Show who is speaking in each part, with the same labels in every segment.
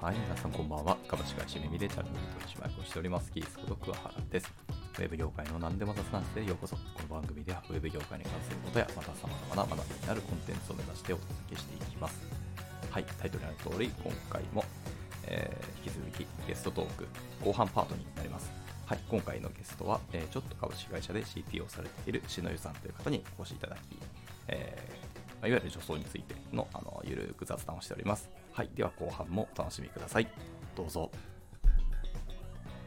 Speaker 1: はい、皆さんこんばんは。株式会社耳でチャレンジ取締役をしております、ギースこと桑原です。ウェブ業界の何でも雑談室へようこそ。この番組ではウェブ業界に関することや、また様々な学びになるコンテンツを目指してお届けしていきます。はい、タイトルにある通り、今回も、えー引き続きゲストトーク後半パートになります。はい、今回のゲストは、えーちょっと株式会社で CTO をされている篠湯さんという方にお越しいただき、えーまあいわゆる女装についてのあのゆるく雑談をしております。はい、では後半もお楽しみください。どうぞ。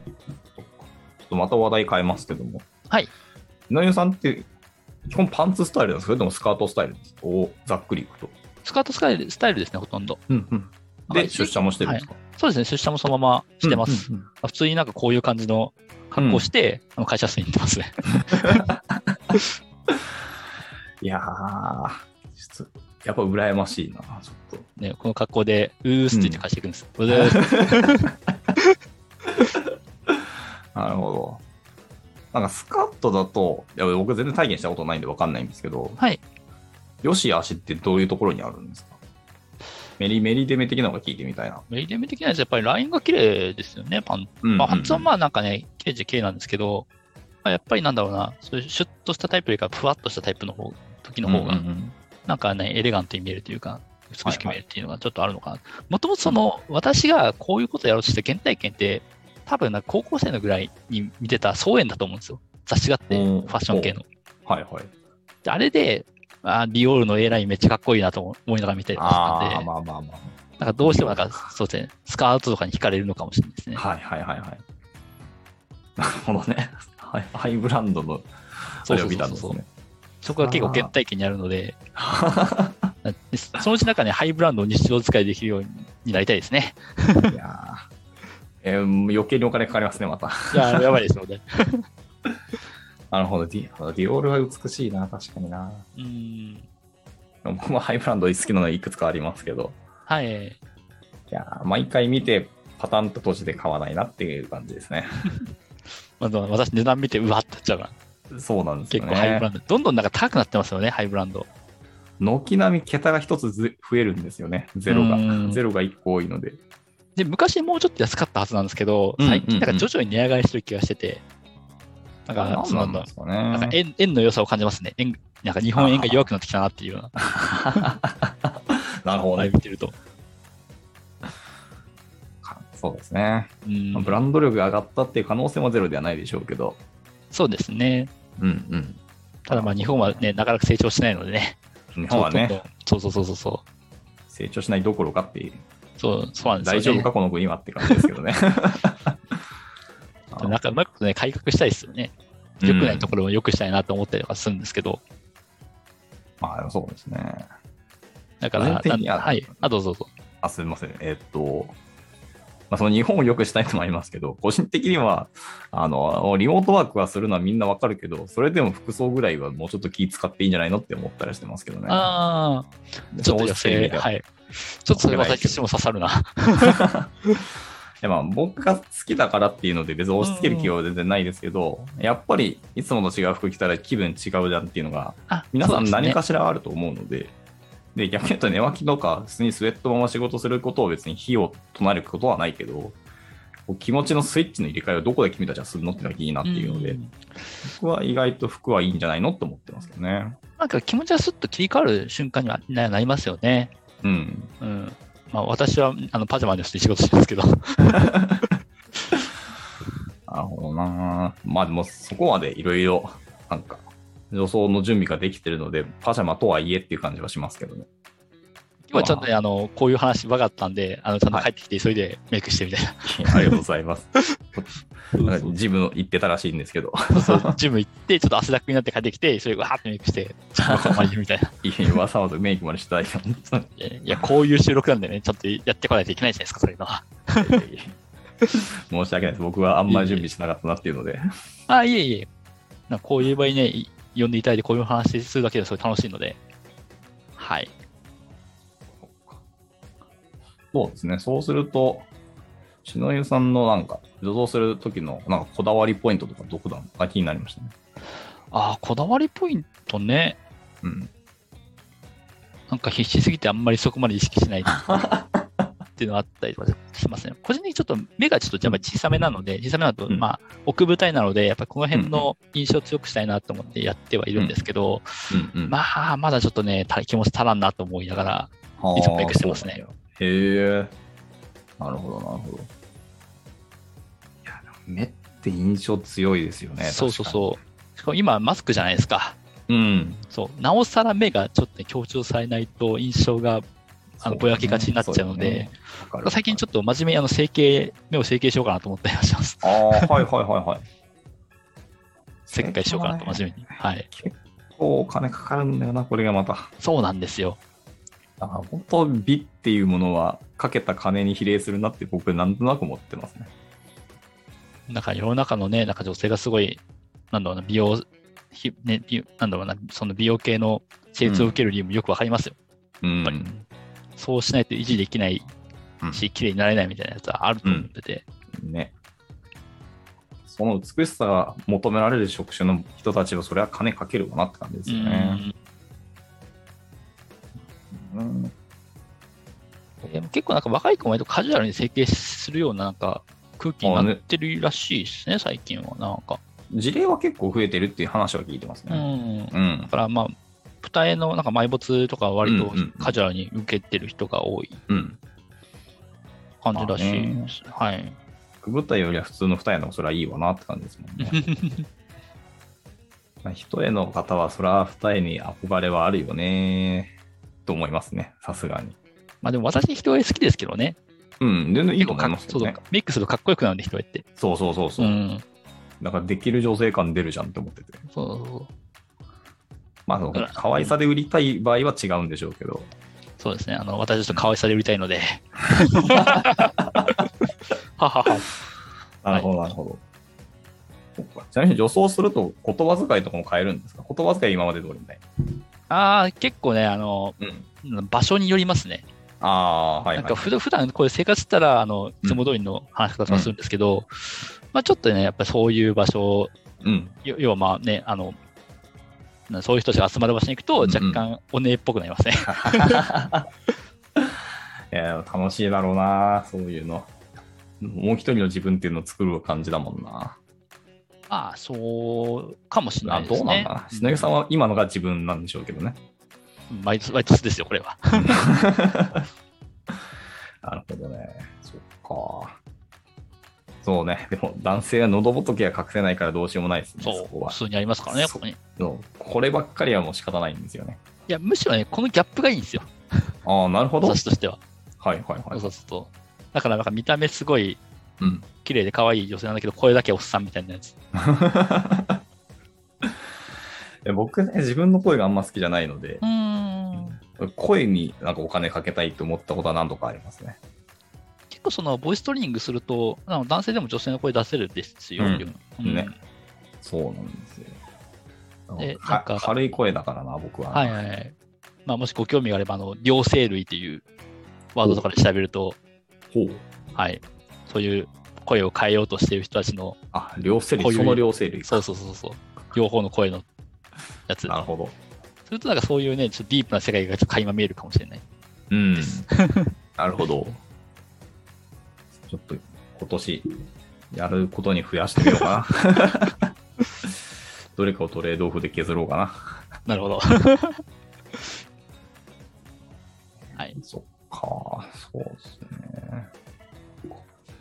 Speaker 2: ちょっとまた話題変えますけども。
Speaker 3: はい。
Speaker 2: 井上さんって、基本パンツスタイルなんですかそれともスカートスタイルなんですかおざっくりいくと。
Speaker 3: スカートスタイルスタイルですね、ほとんど。
Speaker 2: で、出社もしてるんですか、
Speaker 3: そうですね、出社もそのまましてます。
Speaker 2: うんうんうん
Speaker 3: 普通になんかこういう感じの格好して、あの会社室に行ってますね。
Speaker 2: いやー、ちょっとやっぱ羨ましいな、ちょっと。
Speaker 3: ね、この格好で、うーすって言って会社行くんです。うーす
Speaker 2: なるほど。なんかスカートだと、いや僕全然体験したことないんで分かんないんですけど、
Speaker 3: はい。
Speaker 2: よし足ってどういうところにあるんですかメリメリデメ的なのが聞いてみたいな。
Speaker 3: メイデム的なやつ、やっぱりラインが綺麗ですよね、パン。
Speaker 2: うんうんうん
Speaker 3: まあ、パンツはまあなんかね、綺麗っちゃ綺麗なんですけど、まあ、やっぱりなんだろうな、そういうシュッとしたタイプよりか、ふわっとしたタイプの方、時の方が、
Speaker 2: うんうんうん
Speaker 3: なんかね、エレガントに見えるというか、美しく見えるっていうのがちょっとあるのかな。もともとその、私がこういうことをやろうとして原体験って、多分なんか高校生のぐらいに見てた総演だと思うんですよ。雑誌があって、
Speaker 2: おー
Speaker 3: ファッション系の。
Speaker 2: はいはい。
Speaker 3: であれで、あーディオールの A ラインめっちゃかっこいいなと思いながら見たりとかし
Speaker 2: あ
Speaker 3: た
Speaker 2: あ、
Speaker 3: んで、
Speaker 2: まあまあま
Speaker 3: なんかどうしてもなんか、そうですね、スカートとかに惹かれるのかもしれないですね
Speaker 2: あ。。はいはいはいはい。 なるほどね。ハイハイブランドの
Speaker 3: そ
Speaker 2: あ
Speaker 3: う
Speaker 2: れ
Speaker 3: そ
Speaker 2: を
Speaker 3: う
Speaker 2: 見
Speaker 3: そ
Speaker 2: た
Speaker 3: うん
Speaker 2: です
Speaker 3: そう。
Speaker 2: ね。
Speaker 3: そこが結構原体験にあるので、でそのうちなんかね、ハイブランドを日常使いできるようになりたいですね。
Speaker 2: いやーえー余計にお金かかりますね、また。
Speaker 3: いやー、やばいですので。
Speaker 2: なるほど。ディディオールは美しいな、確かにな。
Speaker 3: うーん。
Speaker 2: 僕もハイブランド好きなのいくつかありますけど、
Speaker 3: はい。
Speaker 2: いやー毎回見て、パタンと閉じて買わないなっていう感じですね。
Speaker 3: まあ、でも私、値段見て、うわってなっちゃうから、
Speaker 2: そうなんですよ
Speaker 3: 結
Speaker 2: ね。
Speaker 3: 構ハイブランド、どんどんなんか高くなってますよね、ハイブランド。
Speaker 2: 軒並み桁が一つず増えるんですよね、ゼロが
Speaker 3: うん。
Speaker 2: ゼロが一個多いので。
Speaker 3: で、昔もうちょっと安かったはずなんですけど、
Speaker 2: うんうんうん
Speaker 3: 最近、なんか徐々に値上がりしてる気がしてて、なんか、
Speaker 2: 何
Speaker 3: そ
Speaker 2: な
Speaker 3: の
Speaker 2: んですか
Speaker 3: なんか
Speaker 2: ね。
Speaker 3: 円円の良さを感じますね。円なんか日本円が弱くなってきたなっていうような、
Speaker 2: なるほど
Speaker 3: あ
Speaker 2: ね
Speaker 3: れ見てると。
Speaker 2: そうですね。
Speaker 3: うん
Speaker 2: まあブランド力が上がったっていう可能性もゼロではないでしょうけど、
Speaker 3: そうですね。
Speaker 2: うん
Speaker 3: ただ、まあ、日本はね、なかなか成長しないのでね。
Speaker 2: うん。日本は
Speaker 3: どん
Speaker 2: ね、
Speaker 3: どん。そうそうそうそうそう。
Speaker 2: 成長しないどころかっていう、
Speaker 3: そう、そうなん
Speaker 2: 大
Speaker 3: です
Speaker 2: 丈
Speaker 3: よ、ね。
Speaker 2: 夫か、この国はって感じですけど ね。
Speaker 3: なんかうまくね、改革したいですよね。良くないところを良くしたいなと思ったりとかするんですけど、
Speaker 2: まあ、でもそうですね。
Speaker 3: だか
Speaker 2: 全
Speaker 3: ら、
Speaker 2: 体に
Speaker 3: なん
Speaker 2: あ
Speaker 3: はい。あ、どうぞどうぞ。
Speaker 2: あ、すみません。えっと、まあ、その日本を良くしたいのもありますけど、個人的には、あの、リモートワークはするのはみんなわかるけど、それでも服装ぐらいはもうちょっと気使っていいんじゃないのって思ったりしてますけどね。。
Speaker 3: ああ、ちょっと寄せ、はいい。ちょっとそれは私も刺さるな。
Speaker 2: でまあ、僕が好きだからっていうので別に押し付ける気は全然ないですけど、やっぱりいつもと違う服着たら気分違うじゃんっていうのが
Speaker 3: あ
Speaker 2: 皆さん何
Speaker 3: そう
Speaker 2: かしらあると思うのでで逆に言うと寝巻きとか普通にスウェットのまま仕事することを別に火を唱えることはないけどこう気持ちのスイッチの入れ替えをどこで君たちはするのっていうのがいいなって
Speaker 3: です
Speaker 2: い
Speaker 3: ね
Speaker 2: うので、
Speaker 3: ん
Speaker 2: 僕は意外と服はいいんじゃないのって思ってますけどね。
Speaker 3: なんか気持ちがスッと切り替わる瞬間にはななりますよね。
Speaker 2: うん、
Speaker 3: うん。まあ私はあのパジャマにして仕事してますけど。
Speaker 2: なるほどな。まあでもそこまでいろいろ、なんか、女装の準備ができてるので、パジャマとはいえっていう感じはしますけど ね。
Speaker 3: 今ちょっとね、あの、こういう話ばかったんで、あの、ちゃんと帰ってきて急いでメイクしてみたいな。
Speaker 2: ありがとうございます。なん
Speaker 3: そ
Speaker 2: か
Speaker 3: う
Speaker 2: ジムの行ってたらしいんですけど、
Speaker 3: そうそうジム行って、ちょっと汗だくになって帰ってきて、それわーってメイクして、ちょっとまりみたいな。
Speaker 2: いやわざわざメイクまでしたいのに
Speaker 3: いやいや、こういう収録なんでね、ちょっとやってこないといけないじゃないですか、そういうのは。
Speaker 2: いやいやいや 申し訳ないです。僕はあんまり準備しなかったなっていうので。
Speaker 3: ああ、いえいえ。なんかこういう場合ね、い呼んでいただいて、こういうお話するだけですごい楽しいので。はい。
Speaker 2: そうですね。そうすると、篠湯さんのなんか、女装する時のなんかこだわりポイントとかどこだのか気になりましたね。
Speaker 3: ああ、こだわりポイントね。
Speaker 2: うん。
Speaker 3: なんか必死すぎてあんまりそこまで意識しないっていうのがあったりとかしますね。個人的にちょっと目がちょっとやっぱり小さめなので、小さめだと、
Speaker 2: うん
Speaker 3: まあ、奥舞台なので、やっぱりこの辺の印象を強くしたいなと思ってやってはいるんですけど、
Speaker 2: うんうん。
Speaker 3: まあ、まだちょっとね、た気持ち足らんなと思いながら、いつもメイクしてますね
Speaker 2: あー。そうなんだへえ。なるほど、なるほど。いや、でも目って印象強いですよね。
Speaker 3: そうそうそう。しかも今、マスクじゃないですか。
Speaker 2: う。うん。
Speaker 3: そう。なおさら目がちょっとね強調されないと印象が、あのぼやけがちになっちゃうので最近
Speaker 2: ょ
Speaker 3: ち
Speaker 2: っ
Speaker 3: ょっと真面目にあの整形、目を整形しようかなと思ったりはします。
Speaker 2: と。ああ、はいはい はいはい。
Speaker 3: 切開しようかなと、真面目に。はい。
Speaker 2: こうお金かかるんだよな、これがまた。
Speaker 3: そうなんですよ。
Speaker 2: だから本当、美っていうものは、かけた金に比例するなって僕、なんとなく思ってますね。
Speaker 3: なんか世の中のね、なんか女性がすごい、なんだろうな、美容、ひね、美なんだろうな、その美容系の施術を受ける理由もよくわかりますよ。
Speaker 2: うん。
Speaker 3: そうしないと維持できないし、綺麗になれないみたいなやつはあると思ってて、
Speaker 2: ね。その美しさが求められる職種の人たちは、それは金かけるわなって感じですよね。うん
Speaker 3: うんでも結構なんか若い子も割とカジュアルに整形するようななんか空気になってるらしいですね、最近は。なんか。
Speaker 2: 事例は結構増えてるっていう話は聞いてます
Speaker 3: う
Speaker 2: ね。
Speaker 3: ん。だ
Speaker 2: うん。
Speaker 3: からまあ、二重のなんか埋没とかは割と
Speaker 2: うんうん
Speaker 3: カジュアルに受けてる人が多い
Speaker 2: うん。
Speaker 3: 感じらしいです。はい。
Speaker 2: 舞台よりは普通の二重の方がそれはいいわなって感じですもんね。 まあ一重の方はそれは二重に憧れはあるよねと思いますね。さすがに。
Speaker 3: まあでも私、人重好きですけどね。
Speaker 2: うん。全然いい
Speaker 3: 結
Speaker 2: と
Speaker 3: 構
Speaker 2: 思い
Speaker 3: かっ
Speaker 2: ますけどね
Speaker 3: そう。メイクするとかっこよくなるんで、人重って。
Speaker 2: そうそうそうそうう。
Speaker 3: ん。
Speaker 2: だからできる女性感出るじゃんって思ってて。
Speaker 3: そうそうそう
Speaker 2: まあその
Speaker 3: だから
Speaker 2: 可愛さで売りたい場合は違うんでしょうけど。
Speaker 3: そうですね。あの、私はちょっと可愛さで売りた いので。ははは。
Speaker 2: なるほど、なるほど。そっかちなみに女装すると言葉遣いとかも変えるんですか言葉遣い今まで通りみたい
Speaker 3: ああ、結構ね、あの、
Speaker 2: な。うん。
Speaker 3: 場所によりますね。
Speaker 2: ああー、はい、
Speaker 3: な
Speaker 2: はい。
Speaker 3: んか普段、普段こういう生活したら、あの、いつも通りの話し方はするんですけど、まあちょっとね、やっぱりそういう場所、
Speaker 2: うん。
Speaker 3: よ要はまあね、あの、なそういう人たちが集まる場所に行くと、
Speaker 2: うんう
Speaker 3: 若
Speaker 2: ん
Speaker 3: 干おねえっぽくな りますね。
Speaker 2: いや楽しいだろうな、そういうの。もう一人の自分っていうのを作る感じだもんな。
Speaker 3: まあ、そうかもしれな
Speaker 2: あ
Speaker 3: いで
Speaker 2: ど
Speaker 3: す
Speaker 2: うな
Speaker 3: ね。
Speaker 2: んだな。しのぎさんは今のが自分なんでしょうけどね。
Speaker 3: 毎年、毎年ですよ、これは。
Speaker 2: なるほどね。そっか。そうね。でも男性は喉仏は隠せないからどうしようもないですね。
Speaker 3: そ、
Speaker 2: そうこは
Speaker 3: 普通にありますからね、
Speaker 2: そ
Speaker 3: ここに。い
Speaker 2: そうこればっかりはもう仕方ないんですよね。
Speaker 3: や、むしろね、このギャップがいいんですよ、
Speaker 2: ああ、なるほど。はい
Speaker 3: 私としては。
Speaker 2: はいはい。
Speaker 3: そうそうそうだから、なんか見た目すごい
Speaker 2: うん。
Speaker 3: 綺麗で可愛い女性なんだけど、声だけおっさんみたいなやつ。
Speaker 2: え僕ね、自分の声があんま好きじゃないので、
Speaker 3: うん。
Speaker 2: 声になんかお金かけたいと思ったことは何度かありますね。
Speaker 3: 結構、その、ボイストレーニングすると、あの男性でも女性の声出せるですよ。
Speaker 2: うん
Speaker 3: っていうのうん
Speaker 2: ねそうなんですよ。
Speaker 3: え
Speaker 2: は
Speaker 3: なんか
Speaker 2: 軽い声だからな、僕は。
Speaker 3: はいはいはい。まあ、もしご興味があれば、あの、両生類っていうワードとかで調べると、
Speaker 2: ほう。
Speaker 3: はい。そういう声を変えようとしている人たちの、
Speaker 2: あ、両生類、
Speaker 3: こういう
Speaker 2: その両生類か
Speaker 3: そうそうそうそう、両方の声のやつ。
Speaker 2: なるほど。
Speaker 3: すると、なんかそういうね、ちょっとディープな世界がちょっと垣間見えるかもしれない。
Speaker 2: うん
Speaker 3: で。す
Speaker 2: なるほど。ちょっと今年やることに増やしてみようかな。 どれかをトレードオフで削ろうかな。
Speaker 3: なるほど。
Speaker 2: そっか、そうですね。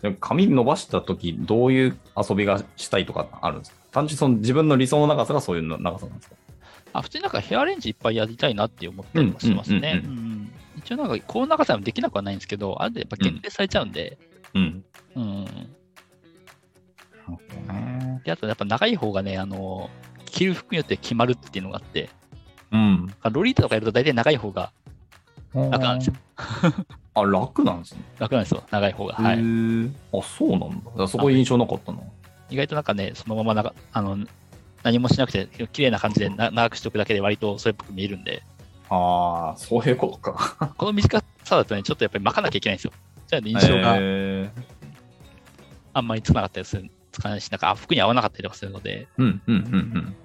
Speaker 2: でも髪伸ばしたとき、どういう遊びがしたいとかあるんですか単純にその自分の理想の長さがそういうの長さなんですか
Speaker 3: あ普通になんかヘアレンジいっぱいやりたいなって思ったりもしますね。
Speaker 2: う
Speaker 3: うん一応なんかこの中さんもできなくはないんですけど、あれでやっぱ限定されちゃうんで、
Speaker 2: うん。
Speaker 3: う
Speaker 2: な
Speaker 3: ん。
Speaker 2: るほどね
Speaker 3: で、あとやっぱ長い方がね、あの、着る服によって決まるっていうのがあって、
Speaker 2: うん。
Speaker 3: ロリータとかやると大体長い方が
Speaker 2: 楽
Speaker 3: なんですよ。
Speaker 2: あ、楽なんですね。
Speaker 3: 楽なんですよ、長い方が。は
Speaker 2: へ
Speaker 3: い。
Speaker 2: ーあ、そうなんだ。だからそこ印象なかったな。
Speaker 3: 意外となんかね、そのままながあの何もしなくて、綺麗な感じでな長くしておくだけで割とそれっぽく見えるんで、
Speaker 2: ああ、そういうことか。
Speaker 3: この短さだとね、ちょっとやっぱり巻かなきゃいけないんですよ。じゃあね印象が
Speaker 2: へー
Speaker 3: あんまりつかなかったりする、つかないし、なんかあ服に合わなかったりとかするので、
Speaker 2: うんうんうんうん。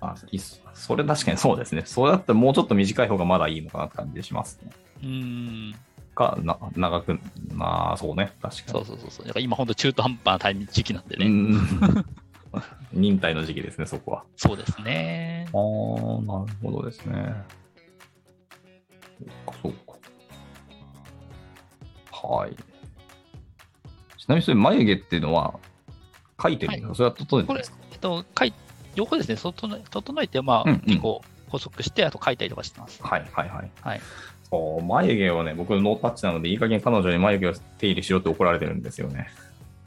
Speaker 2: あいっそそれ確かにそうですね。そうだったらもうちょっと短い方がまだいいのかなって感じしますね。
Speaker 3: うーん。
Speaker 2: か、な長く、まあ、そうね。確か
Speaker 3: そう
Speaker 2: に。
Speaker 3: そうそうそう。だから今本当中途半端なタイミング時期なんでね。
Speaker 2: うん。 忍耐の時期ですね、そこは。
Speaker 3: そうですね。
Speaker 2: ああ、なるほどですね。そうか、そうか。はい。ちなみにそれ、眉毛っていうのは、書いてるんですか、それは整えて
Speaker 3: こ
Speaker 2: るん
Speaker 3: れ
Speaker 2: ですか、
Speaker 3: えっと、かい両方ですね、整え整えて、まあ、
Speaker 2: うんうん
Speaker 3: 結構補足して、あと書いたりとかしてます。
Speaker 2: はい、はい、はい。
Speaker 3: はい。
Speaker 2: そう、眉毛をね、僕ノータッチなので、いい加減彼女に眉毛を手入れしろって怒られてるんですよね。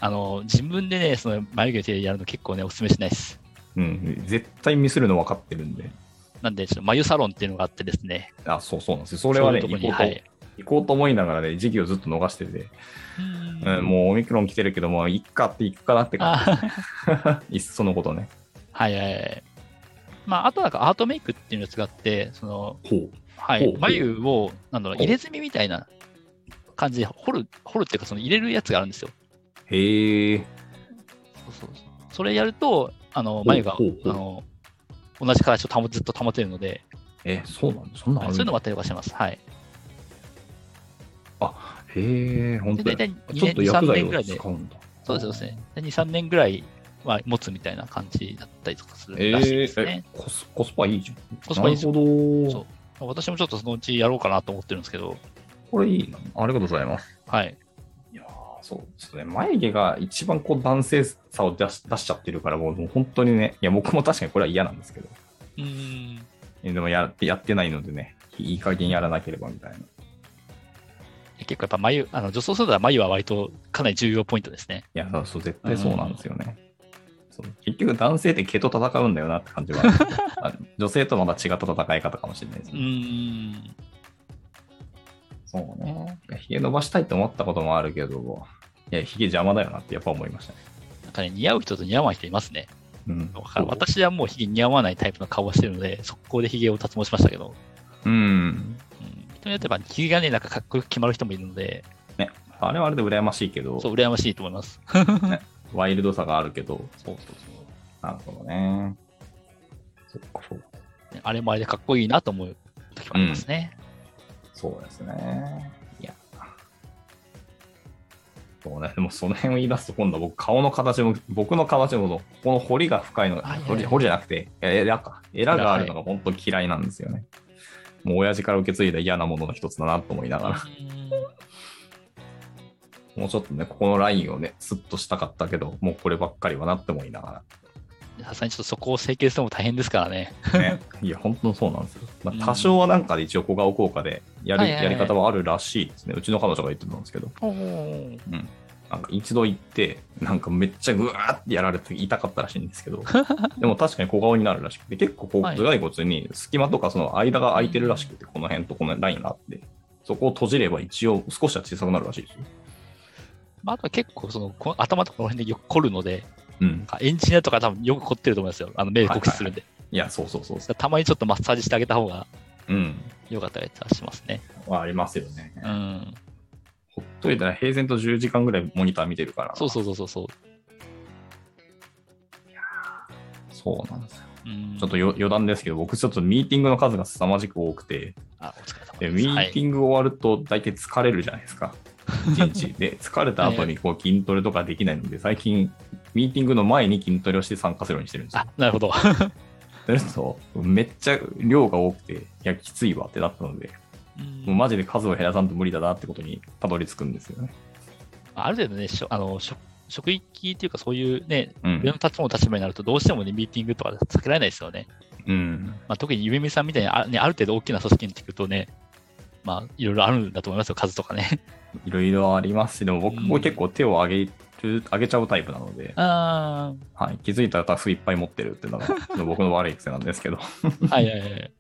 Speaker 3: あの、自分でね、その眉毛でやるの結構ね、お勧めしないです。
Speaker 2: うん、絶対ミスるの分かってるんで。
Speaker 3: なんで、ちょっと眉サロンっていうのがあってですね、
Speaker 2: あ、そうそうなんですよ。それはね、
Speaker 3: そういうと
Speaker 2: 行
Speaker 3: こ
Speaker 2: こ
Speaker 3: に
Speaker 2: うと、
Speaker 3: はい
Speaker 2: 行こうと思いながらね、時期をずっと逃してて、
Speaker 3: うん
Speaker 2: うん、もうオミクロン来てるけど、もういっかって行くかなって感
Speaker 3: あ
Speaker 2: じ。いっそのことね。
Speaker 3: はいはいはい。まあ、あとなんかアートメイクっていうのを使って、その、
Speaker 2: ほう。
Speaker 3: は
Speaker 2: ほうほ、
Speaker 3: い
Speaker 2: う
Speaker 3: 眉を、なんだろう、
Speaker 2: ほう
Speaker 3: 入れ墨みたいな感じで掘る、掘るっていうか、その入れるやつがあるんですよ。
Speaker 2: へえ。
Speaker 3: そうそうそうそれやると、あの、眉が、あ
Speaker 2: ほうほうほう
Speaker 3: の、同じ形を保ずっと保てるので、
Speaker 2: え、そうなんだ。そんなんあ
Speaker 3: はい
Speaker 2: る
Speaker 3: そういうの
Speaker 2: の
Speaker 3: もあったりとかします。はい。
Speaker 2: へえ、本
Speaker 3: で
Speaker 2: 当
Speaker 3: 大
Speaker 2: だ
Speaker 3: 体2
Speaker 2: ちょっ
Speaker 3: 年、
Speaker 2: と
Speaker 3: 2
Speaker 2: 薬剤
Speaker 3: 3年ぐら
Speaker 2: を
Speaker 3: いで、
Speaker 2: 使うんだ。
Speaker 3: そうですよね。で2、3年ぐらいは持つみたいな感じだったりとかす
Speaker 2: え
Speaker 3: るらしいで
Speaker 2: ー
Speaker 3: すね
Speaker 2: え。コスコスパいいじゃん。
Speaker 3: コスパいいです
Speaker 2: なるほ
Speaker 3: そ
Speaker 2: ど
Speaker 3: う。私もちょっとそのうちやろうかなと思ってるんですけど、
Speaker 2: これいいな。ありがとうございます。
Speaker 3: はい。
Speaker 2: いやーそうですね。眉毛が一番こう男性さを出し出しちゃってるから、もうもう本当にね、いや、僕も確かにこれは嫌なんですけど、
Speaker 3: うーん。
Speaker 2: えでもやってやってないのでね、いい加減やらなければみたいな。い
Speaker 3: 結構やっぱ眉、あの女装するなら眉は割とかなり重要ポイントですね。
Speaker 2: や、そうそう、絶対そうなんですよね。そう結局、男性って毛と戦うんだよなって感じは あるあ女性とまた違った戦い方かもしれないです
Speaker 3: う
Speaker 2: ね。
Speaker 3: ーん。
Speaker 2: そうね。いや、髭伸ばしたいと思ったこともあるけど、いや、髭邪魔だよなってやっぱ思いましたね。
Speaker 3: なんかね、似合う人と似合わない人いますね。
Speaker 2: うん
Speaker 3: だから私はもうひげ似合わないタイプの顔をしてるので、速攻でひげを脱毛しましたけど、
Speaker 2: うん。
Speaker 3: うん、人によってはひげがね、なんかかっこよく決まる人もいるので、
Speaker 2: ね、あれはあれで羨ましいけど、
Speaker 3: そう、羨ましいと思います。
Speaker 2: ワイルドさがあるけど、
Speaker 3: そうそうそう。
Speaker 2: なるほどね。そっか、そう。
Speaker 3: ねあれもあれでかっこいいなと思う時もありますね。
Speaker 2: そうですね。いや。そうね、でもその辺を言い出すと、今度は僕、顔の形も、僕の形も、この彫りが深いのが、
Speaker 3: はいはい
Speaker 2: 彫り彫りじゃなくて、エラか。エラがあるのが本当嫌いなんですよね。もう親父から受け継いだ嫌なものの一つだなと思いながら、 もうちょっとね、ここのラインをね、スッとしたかったけど、もうこればっかりはなって思いなが
Speaker 3: うんさすがにちょっとそこを整形するのも大変ですからね。
Speaker 2: ら、 ね、いや、本当にそうなんですよ。ま
Speaker 3: うん
Speaker 2: あ、多少はなんかで一応小顔効果でやる、
Speaker 3: はいはい
Speaker 2: や
Speaker 3: はい
Speaker 2: り方はあるらしいですね。うちの彼女が言ってたんですけど。うん、なんか一度行って、なんかめっちゃぐわーってやられて痛かったらしいんですけ ど、でも確かに小顔になるらしくて、結構こう
Speaker 3: はい
Speaker 2: 頭蓋骨に隙間とかその間が空いてるらしくて、この辺とこのラインがあって、そこを閉じれば一応少しは小さくなるらしいですよ。
Speaker 3: まあ、あとは結構そのこ頭とかこの辺でよく凝るので、
Speaker 2: うん。
Speaker 3: エンジニアとか多分よく凝ってると思いますよ。あの目酷使するんで。
Speaker 2: いや、そうそうそうそ
Speaker 3: だからたまにちょっとマッサージしてあげた方が
Speaker 2: う。うん。
Speaker 3: 良かったりはしますね。
Speaker 2: はありますよね。
Speaker 3: うん。
Speaker 2: ほっといたら平然と10時間ぐらいモニター見てるから。
Speaker 3: そうそうそうそうそう。
Speaker 2: そうなんですよ。
Speaker 3: うん
Speaker 2: ちょっとよ余談ですけど、僕ちょっとミーティングの数が凄まじく多くて、
Speaker 3: あお疲れ様
Speaker 2: で
Speaker 3: です。
Speaker 2: ミーテ
Speaker 3: はい
Speaker 2: ィング終わると大体疲れるじゃないですか。一日で、疲れた後にこう筋トレとかできないので、最近、ミーティングの前に筋トレをして参加するようにしてるんですよ
Speaker 3: あ。、なるほど。
Speaker 2: そうすると、めっちゃ量が多くて、いや、きついわってなったので、もうマジで数を減らさんと無理だなってことにたどり着くんですよね。
Speaker 3: ある程度ね、しょあの職職域っていうか、そういうね、
Speaker 2: う
Speaker 3: 上
Speaker 2: ん
Speaker 3: の。立場の立場になると、どうしてもね、ミーティングとか避けられないですよね。
Speaker 2: うん。
Speaker 3: まあ、特にゆめみさんみたいにあ、ね、ある程度大きな組織に行くとね、まあ、いろいろあるんだと思いますよ、数とかね。
Speaker 2: いろいろありますし、でも僕
Speaker 3: う
Speaker 2: も
Speaker 3: ん
Speaker 2: 結構手を上げる、上げちゃうタイプなので、
Speaker 3: あ
Speaker 2: はい、気づいたらタフいっぱい持ってるっていうのが僕の悪い癖なんですけど。
Speaker 3: あ、はいはいはい。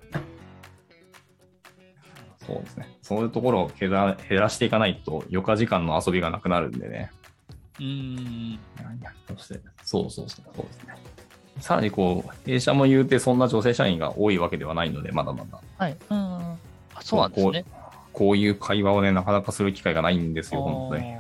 Speaker 2: そうですね。そういうところを減ら減らしていかないと、余暇時間の遊びがなくなるんでね。
Speaker 3: うーん。
Speaker 2: いやいや、そして、そうそうそう、そうですね。さらにこう、弊社も言うて、そんな女性社員が多いわけではないので、まだまだ。
Speaker 3: はい。うん。あそうなんですね。
Speaker 2: こうこういう会話をね、なかなかする機会がないんですよ、
Speaker 3: あー
Speaker 2: 本当に。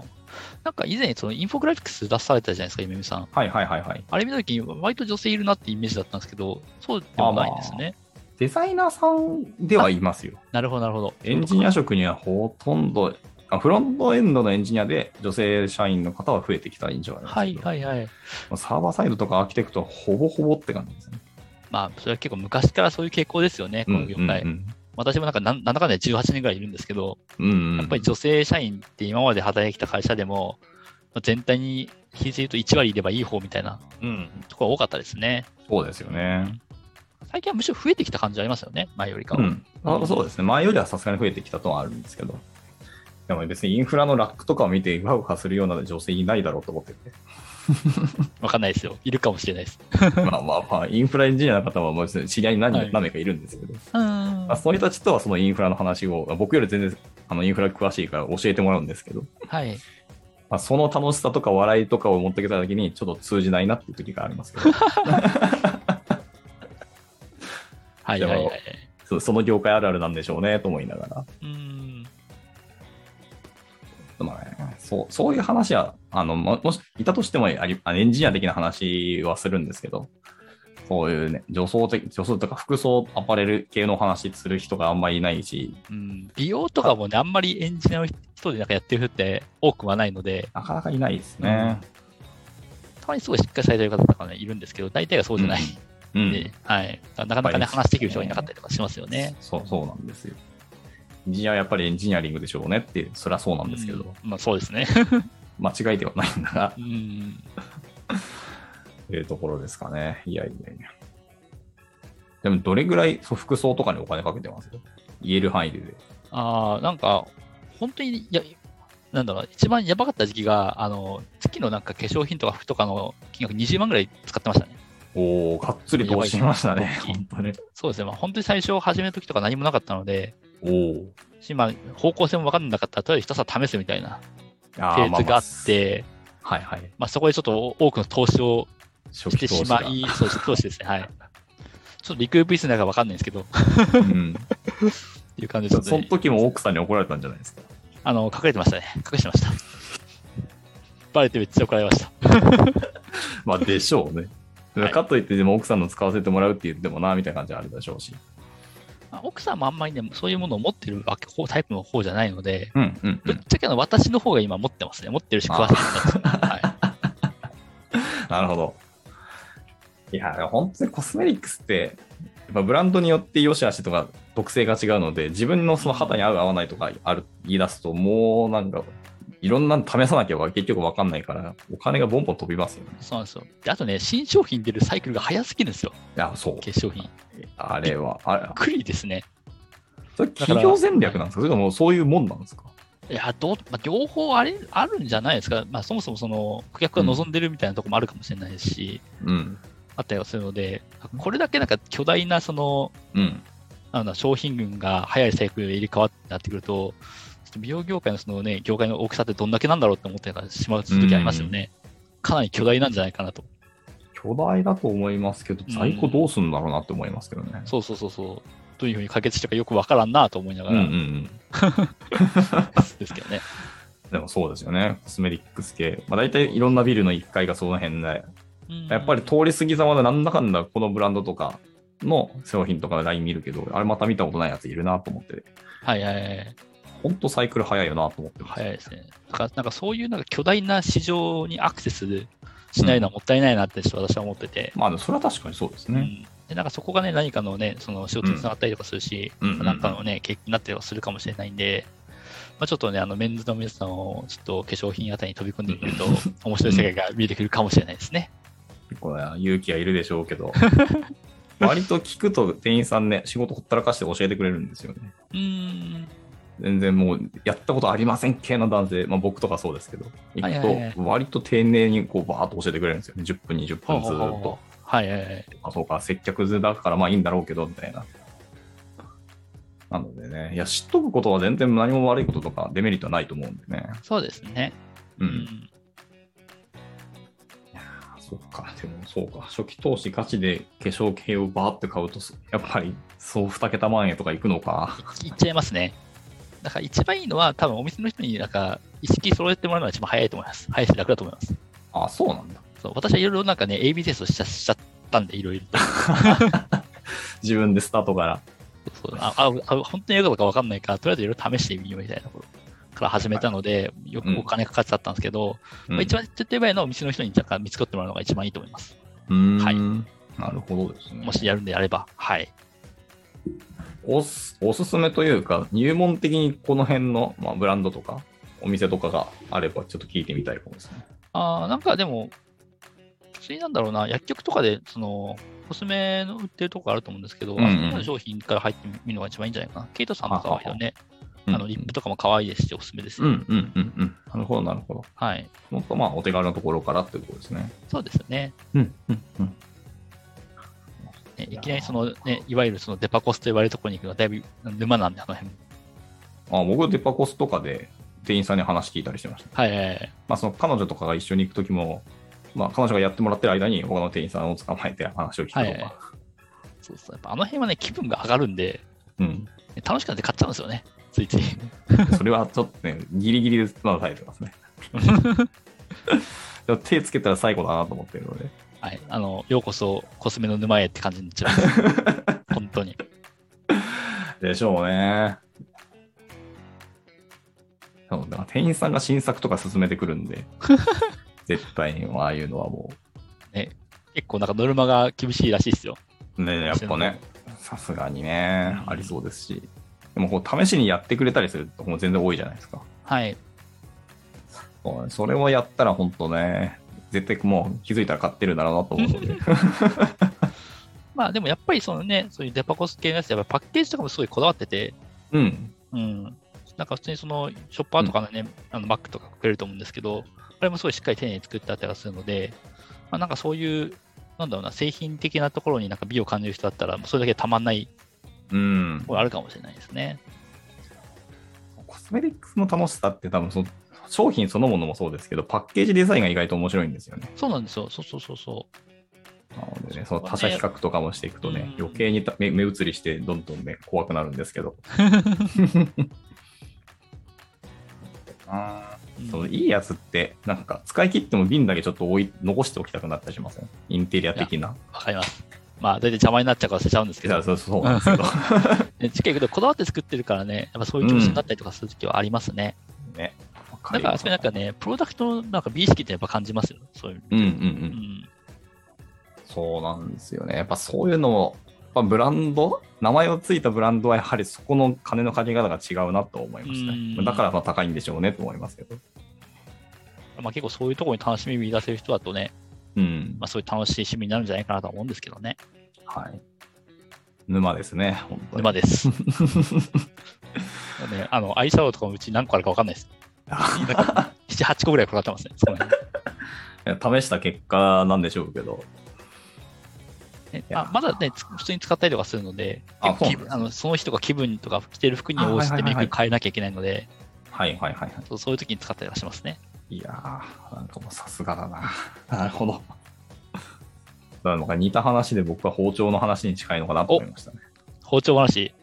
Speaker 3: なんか以前、そのインフォグラフィックス出されてたじゃないですか、ゆめみさん。
Speaker 2: はいはいはいはい。
Speaker 3: あれ見たとき、割と女性いるなってイメージだったんですけど、そうでもないんですね。
Speaker 2: デザイナーさんではいますよ。
Speaker 3: なるほど、なるほど。
Speaker 2: エンジニア職にはほとんど、あフロントエンドのエンジニアで女性社員の方は増えてきた印象があります
Speaker 3: はい
Speaker 2: けど、
Speaker 3: はいはい。
Speaker 2: まあサーバーサイドとかアーキテクトはほぼほぼって感じですね。
Speaker 3: まあ、それは結構昔からそういう傾向ですよね、この業界。
Speaker 2: うん
Speaker 3: 私もなんか、なんなんだかんだで18年ぐらいいるんですけど、
Speaker 2: うんうんうん
Speaker 3: やっぱり女性社員って今まで働いてきた会社でも、まあ全体に比率で言うと1割いればいい方みたいな
Speaker 2: うん、
Speaker 3: ところが多かったですね。
Speaker 2: そうですよね。
Speaker 3: 最近はむしろ増えてきた感じありますよね、前よりか
Speaker 2: う
Speaker 3: は。
Speaker 2: ん、あそうですね。前よりはさすがに増えてきたとはあるんですけど、でも別にインフラのラックとかを見て、ウハウハするような女性いないだろうと思って て、
Speaker 3: わかんないですよ。いるかもしれないです。
Speaker 2: まあまあまあ、インフラエンジニアの方はもう別に知り合いに何,、
Speaker 3: はい
Speaker 2: 何名かいるんですけど、
Speaker 3: うん
Speaker 2: まあ、その人たちとはそのインフラの話を、僕より全然あのインフラ詳しいから教えてもらうんですけど、
Speaker 3: はい。
Speaker 2: まあ、その楽しさとか笑いとかを持ってきたときに、ちょっと通じないなっていう時がありますけど、
Speaker 3: はいはいはい。
Speaker 2: そうその業界あるあるなんでしょうねと思いながら。
Speaker 3: うん。
Speaker 2: まあね、そうそういう話はあのももしいたとしてもありあのエンジニア的な話はするんですけどそういうね女装的女装とか服装アパレル系の話する人があんまりいないし
Speaker 3: うん美容とかもね、あんまりエンジニアの人でなんかやってる人って多くはないので、
Speaker 2: なかなかいないですね。
Speaker 3: たまにすごいしっかりされてる方とかね、いるんですけど、大体がそうじゃない
Speaker 2: うん
Speaker 3: んで、はい。なかなかね、話できる人がいなかったりとかしますよね。
Speaker 2: そうそうなんですよ。エンジニアはやっぱりエンジニアリングでしょうねってそりゃそうなんですけど、
Speaker 3: うんまあそうですね。
Speaker 2: 間違いではないんだな
Speaker 3: うん。
Speaker 2: というところですかね。いやいやいや。でもどれぐらいそう服装とかにお金かけてます言える範囲でで。
Speaker 3: ああ、なんか、本当に、いや、なんだろう、一番やばかった時期が、あの、月のなんか化粧品とか服とかの金額20万ぐらい使ってましたね。
Speaker 2: おお、がっつり投資しましたね。
Speaker 3: やばい
Speaker 2: 本当に。
Speaker 3: そうですね。まあ、本当に最初始める時とか何もなかったので、
Speaker 2: おお。
Speaker 3: しまあ方向性も分かんなかったら、とりあえずひたすら試すみたいな
Speaker 2: あ
Speaker 3: ケ
Speaker 2: ーま
Speaker 3: ースがあっ。
Speaker 2: ま
Speaker 3: て、
Speaker 2: はいはい。
Speaker 3: まあ、そこでちょっと多くの投資を
Speaker 2: 初
Speaker 3: してしま
Speaker 2: が
Speaker 3: い、そうです投資ですね。はい。ちょっとリクエプリスなんか分かんないんですけど、っ
Speaker 2: うん。
Speaker 3: ていう感じで
Speaker 2: そ
Speaker 3: ちょっと
Speaker 2: そ
Speaker 3: ね、
Speaker 2: の時も奥さんに怒られたんじゃない ですか。
Speaker 3: あの、隠れてましたね。隠してました。バレてめっちゃ怒られました。
Speaker 2: まあでしょうね。
Speaker 3: はい
Speaker 2: かといって、でも奥さんの使わせてもらうって言ってもな、みたいな感じはあるでしょうし。
Speaker 3: まあ奥さんもあんまりね、そういうものを持ってるわけタイプの方じゃないので、
Speaker 2: うんうん、う
Speaker 3: ぶっ
Speaker 2: ん。
Speaker 3: ちゃけあの私の方が今持ってますね。持ってるし、詳しいですね。 はい
Speaker 2: なるほど。いや、でも本当にコスメティックスって、やっぱブランドによって良し悪しとか特性が違うので、自分のその肌に合う合わないとかある言い出すと、もうなんか、いろんなの試さなきゃ結局わかんないから、お金がボンボン飛びますよね。
Speaker 3: そうなんですよ。であとね、新商品出るサイクルが早すぎるんですよ。
Speaker 2: いや、そう。
Speaker 3: 化粧品。
Speaker 2: あれは、あれ、
Speaker 3: クリですね。
Speaker 2: それ企業戦略なんですかそれともそういうもんなんですか
Speaker 3: いや、どう、まあ、両方あれ、あるんじゃないですか。まあ、そもそもその、顧客が望んでるみたいなところもあるかもしれないですし、
Speaker 2: うん。
Speaker 3: あったりはするので、これだけなんか巨大な、その、
Speaker 2: うん。
Speaker 3: あの商品群が早いサイクルで入れ替わってなってくると、ちょっと美容業界のその、ね、業界の大きさってどんだけなんだろうって思ってしまう時ありますよね。かなり巨大なんじゃないかなと。
Speaker 2: 巨大だと思いますけど、在庫どうすんだろうなって思いますけどね。
Speaker 3: そうそうそうそう。どういうふうに解決したかよくわからんなと思いなが
Speaker 2: うんう
Speaker 3: ら
Speaker 2: んうん。
Speaker 3: ですけどね。
Speaker 2: でもそうですよね。コスメティックス系。まあ大体いろんなビルの1階がその辺で、やっぱり
Speaker 3: うん
Speaker 2: 通り過ぎざまでなんだかんだこのブランドとかの商品とかのライン見るけど、あれまた見たことないやついるなと思って、
Speaker 3: はいはいはい。
Speaker 2: ほんとサイクル早いよなと思ってます。
Speaker 3: 早いですね。だからなんかそういうなんか巨大な市場にアクセスしないのはもったいないなってちょっと私は思ってて。
Speaker 2: まあでもそれは確かにそうです
Speaker 3: う
Speaker 2: ね。
Speaker 3: んでなんかそこがね、何かのね、その仕事につながったりとかするし、
Speaker 2: うんうんうん
Speaker 3: なんかのね、景気になったりとかするかもしれないんで、まあ、ちょっとね、あのメンズの皆さんをちょっと化粧品あたりに飛び込んでみると、 面白い世界が見えてくるかもしれないですね。
Speaker 2: これは勇気はいるでしょうけ ど、割と聞くと店員さんね、仕事ほったらかして教えてくれるんですよね。
Speaker 3: うーん、
Speaker 2: 全然もうやったことありません系の男性、まあ、僕とかそうですけど、行
Speaker 3: はいはいはい
Speaker 2: くと割と丁寧にこうバーっと教えてくれるんですよね。10分、20分ず
Speaker 3: ほうほ
Speaker 2: ー
Speaker 3: うほう
Speaker 2: っ
Speaker 3: ほ
Speaker 2: と。
Speaker 3: うはいはいはい。
Speaker 2: あ、そうか、接客図だからまあいいんだろうけど、みたいな。なのでね、いや、知っとくことは全然何も悪いこととかデメリットはないと思うんでね。
Speaker 3: そうですね。
Speaker 2: う。
Speaker 3: うんん。
Speaker 2: あそっか、でもそうか、初期投資ガチで化粧系をバーって買うと、やっぱりそう2桁万円とかいくのか。
Speaker 3: いいっちゃいますね。だから一番いいのは、多分お店の人になんか意識揃えてもらうのが一番早いと思います。早いし楽だと思います。
Speaker 2: あ、そうなんだ。
Speaker 3: そう私はいろいろなんかね、AB テストしちゃしちゃったんで、いろいろと。
Speaker 2: 自分でスタートから。
Speaker 3: そうあああ本当にやるかどうか分かんないから、とりあえずいろいろ試してみようみたいなことから始めたので、よくお金かかっちゃったんですけど、
Speaker 2: うん
Speaker 3: まあ、一番手っ取り早いのはお店の人になんか見つかってもらうのが一番いいと思います。
Speaker 2: うーん
Speaker 3: はい
Speaker 2: なるほどですね。
Speaker 3: もしやるんであれば。はい。
Speaker 2: おすおすすめというか、入門的にこの辺の、まあ、ブランドとか、お店とかがあれば、ちょっと聞いてみたいものですね。
Speaker 3: あーなんかでも、普通になんだろうな、薬局とかで、その、コスメの売ってるとこあると思うんですけど、
Speaker 2: うんうん
Speaker 3: あそこの商品から入ってみるのが一番いいんじゃないかな。ケイトさんとかはね、
Speaker 2: う
Speaker 3: あ
Speaker 2: ん
Speaker 3: の、リップとかも可愛いですし、おすすめです
Speaker 2: う
Speaker 3: よ。
Speaker 2: んうんうんうん。なるほど、なるほど。
Speaker 3: はい。
Speaker 2: もっとまあ、お手軽なところからっていうことですね。
Speaker 3: そうですよね。
Speaker 2: うんうんうん。
Speaker 3: ねいきなりその、ね、いわゆるそのデパコスと言われるところに行くのはだいぶ沼なんで、あの辺。
Speaker 2: あ僕、デパコスとかで店員さんに話聞いたりしてました。
Speaker 3: はいはいはい。
Speaker 2: まあ、その彼女とかが一緒に行くときも、まあ、彼女がやってもらってる間に、他の店員さんを捕まえて話を聞くとか。
Speaker 3: はいはいそうそう。やっぱあの辺はね、気分が上がるんで、
Speaker 2: うん。
Speaker 3: ね楽しくなって買っちゃうんですよね。ついつい。
Speaker 2: それはちょっとね、ギリギリでまだ耐えてます ね。でも手つけたら最後だなと思ってるので。
Speaker 3: はい。あの、ようこそコスメの沼へって感じになっちゃいます。本当に。
Speaker 2: でしょうね。そうだから店員さんが新作とか進めてくるん で、絶対にああいうのはも
Speaker 3: 結構なんかノルマが厳しいらしいですよ。
Speaker 2: う、ね、やっぱね、さすがにね、ありそうですし、でもこう試しにやってくれたりすると、もう全然多いじゃないですか。
Speaker 3: はい。
Speaker 2: そうねそれをやったら本当ね、絶対もう気づいたら買ってるだろうなと思うので。
Speaker 3: まあでもやっぱりそのね、そういうデパコス系のやつやっぱパッケージとかもすごいこだわってて、
Speaker 2: うん。
Speaker 3: うん。なんか普通にそのショッパーとかのね、あのマックとかくれると思うんですけど、あれもすごいしっかり丁寧に作ってあったりはするので、まあ、なんかそういう、なんだろうな、製品的なところになんか美を感じる人だったら、もうそれだけたまんない
Speaker 2: うん
Speaker 3: とこ。ろあるかもしれないですね。
Speaker 2: コスメティックスの楽しさって多分その商品そのものもそうですけど、パッケージデザインが意外と面白いんですよね。
Speaker 3: そうなんですよ。そうそうそうそう。
Speaker 2: なのでね、その他者比較とかもしていくとね、
Speaker 3: うん
Speaker 2: 余計にた目目移りしてどんどんね、怖くなるんですけ ど。あ
Speaker 3: うん
Speaker 2: ーそのいいやつって、なんか使い切っても瓶だけちょっと置い残しておきたくなったりしませんインテリア的な。
Speaker 3: わかります。まあ、大体邪魔になっちゃうから捨てちゃうんですけ
Speaker 2: いや
Speaker 3: ど、
Speaker 2: そうそうなんですけど。
Speaker 3: ね近いけど、こだわって作ってるからね、やっぱそういう気持ちになったりとかするときはありますね。
Speaker 2: ね。わか
Speaker 3: なん
Speaker 2: り
Speaker 3: か、
Speaker 2: ま
Speaker 3: そ
Speaker 2: す
Speaker 3: れなんかね、プロダクトのなんか美意識ってやっぱ感じますよ。そういう。
Speaker 2: うんうんう。
Speaker 3: うんん。
Speaker 2: そうなんですよね。やっぱそういうのも、やっぱブランド、名前をついたブランドはやはりそこの金のかけ方が違うなと思いました
Speaker 3: う
Speaker 2: ね。
Speaker 3: ん
Speaker 2: だからまあ高いんでしょうねと思いますけど。
Speaker 3: まあ結構そういうところに楽しみ見出せる人だとね、
Speaker 2: うん。
Speaker 3: まあそういう楽しい趣味になるんじゃないかなとは思うんですけどね。
Speaker 2: はい。沼ですね、本当に。
Speaker 3: 沼です。ね、あの、アイシャドウとかもうち何個あるかわか んないです。7、8個ぐらい転がってますね。その辺
Speaker 2: 試した結果なんでしょうけど。
Speaker 3: ね
Speaker 2: いや
Speaker 3: まあ、まだね、つ普通に使ったりとかするので、
Speaker 2: あ
Speaker 3: 結構気
Speaker 2: そう
Speaker 3: 分
Speaker 2: な
Speaker 3: あ
Speaker 2: んですね
Speaker 3: のその人が気分とか着てる服に応じて
Speaker 2: あは
Speaker 3: メ
Speaker 2: いはいはい
Speaker 3: イ
Speaker 2: はい
Speaker 3: ク変えなきゃいけないので、
Speaker 2: はいはいはいは
Speaker 3: そうそういう時に使ったりはしますね。
Speaker 2: い。いやー、なんかもうさすがだな。なるほど。なんか似た話で僕は包丁の話に近いのかなと思いましたね。
Speaker 3: 包丁話、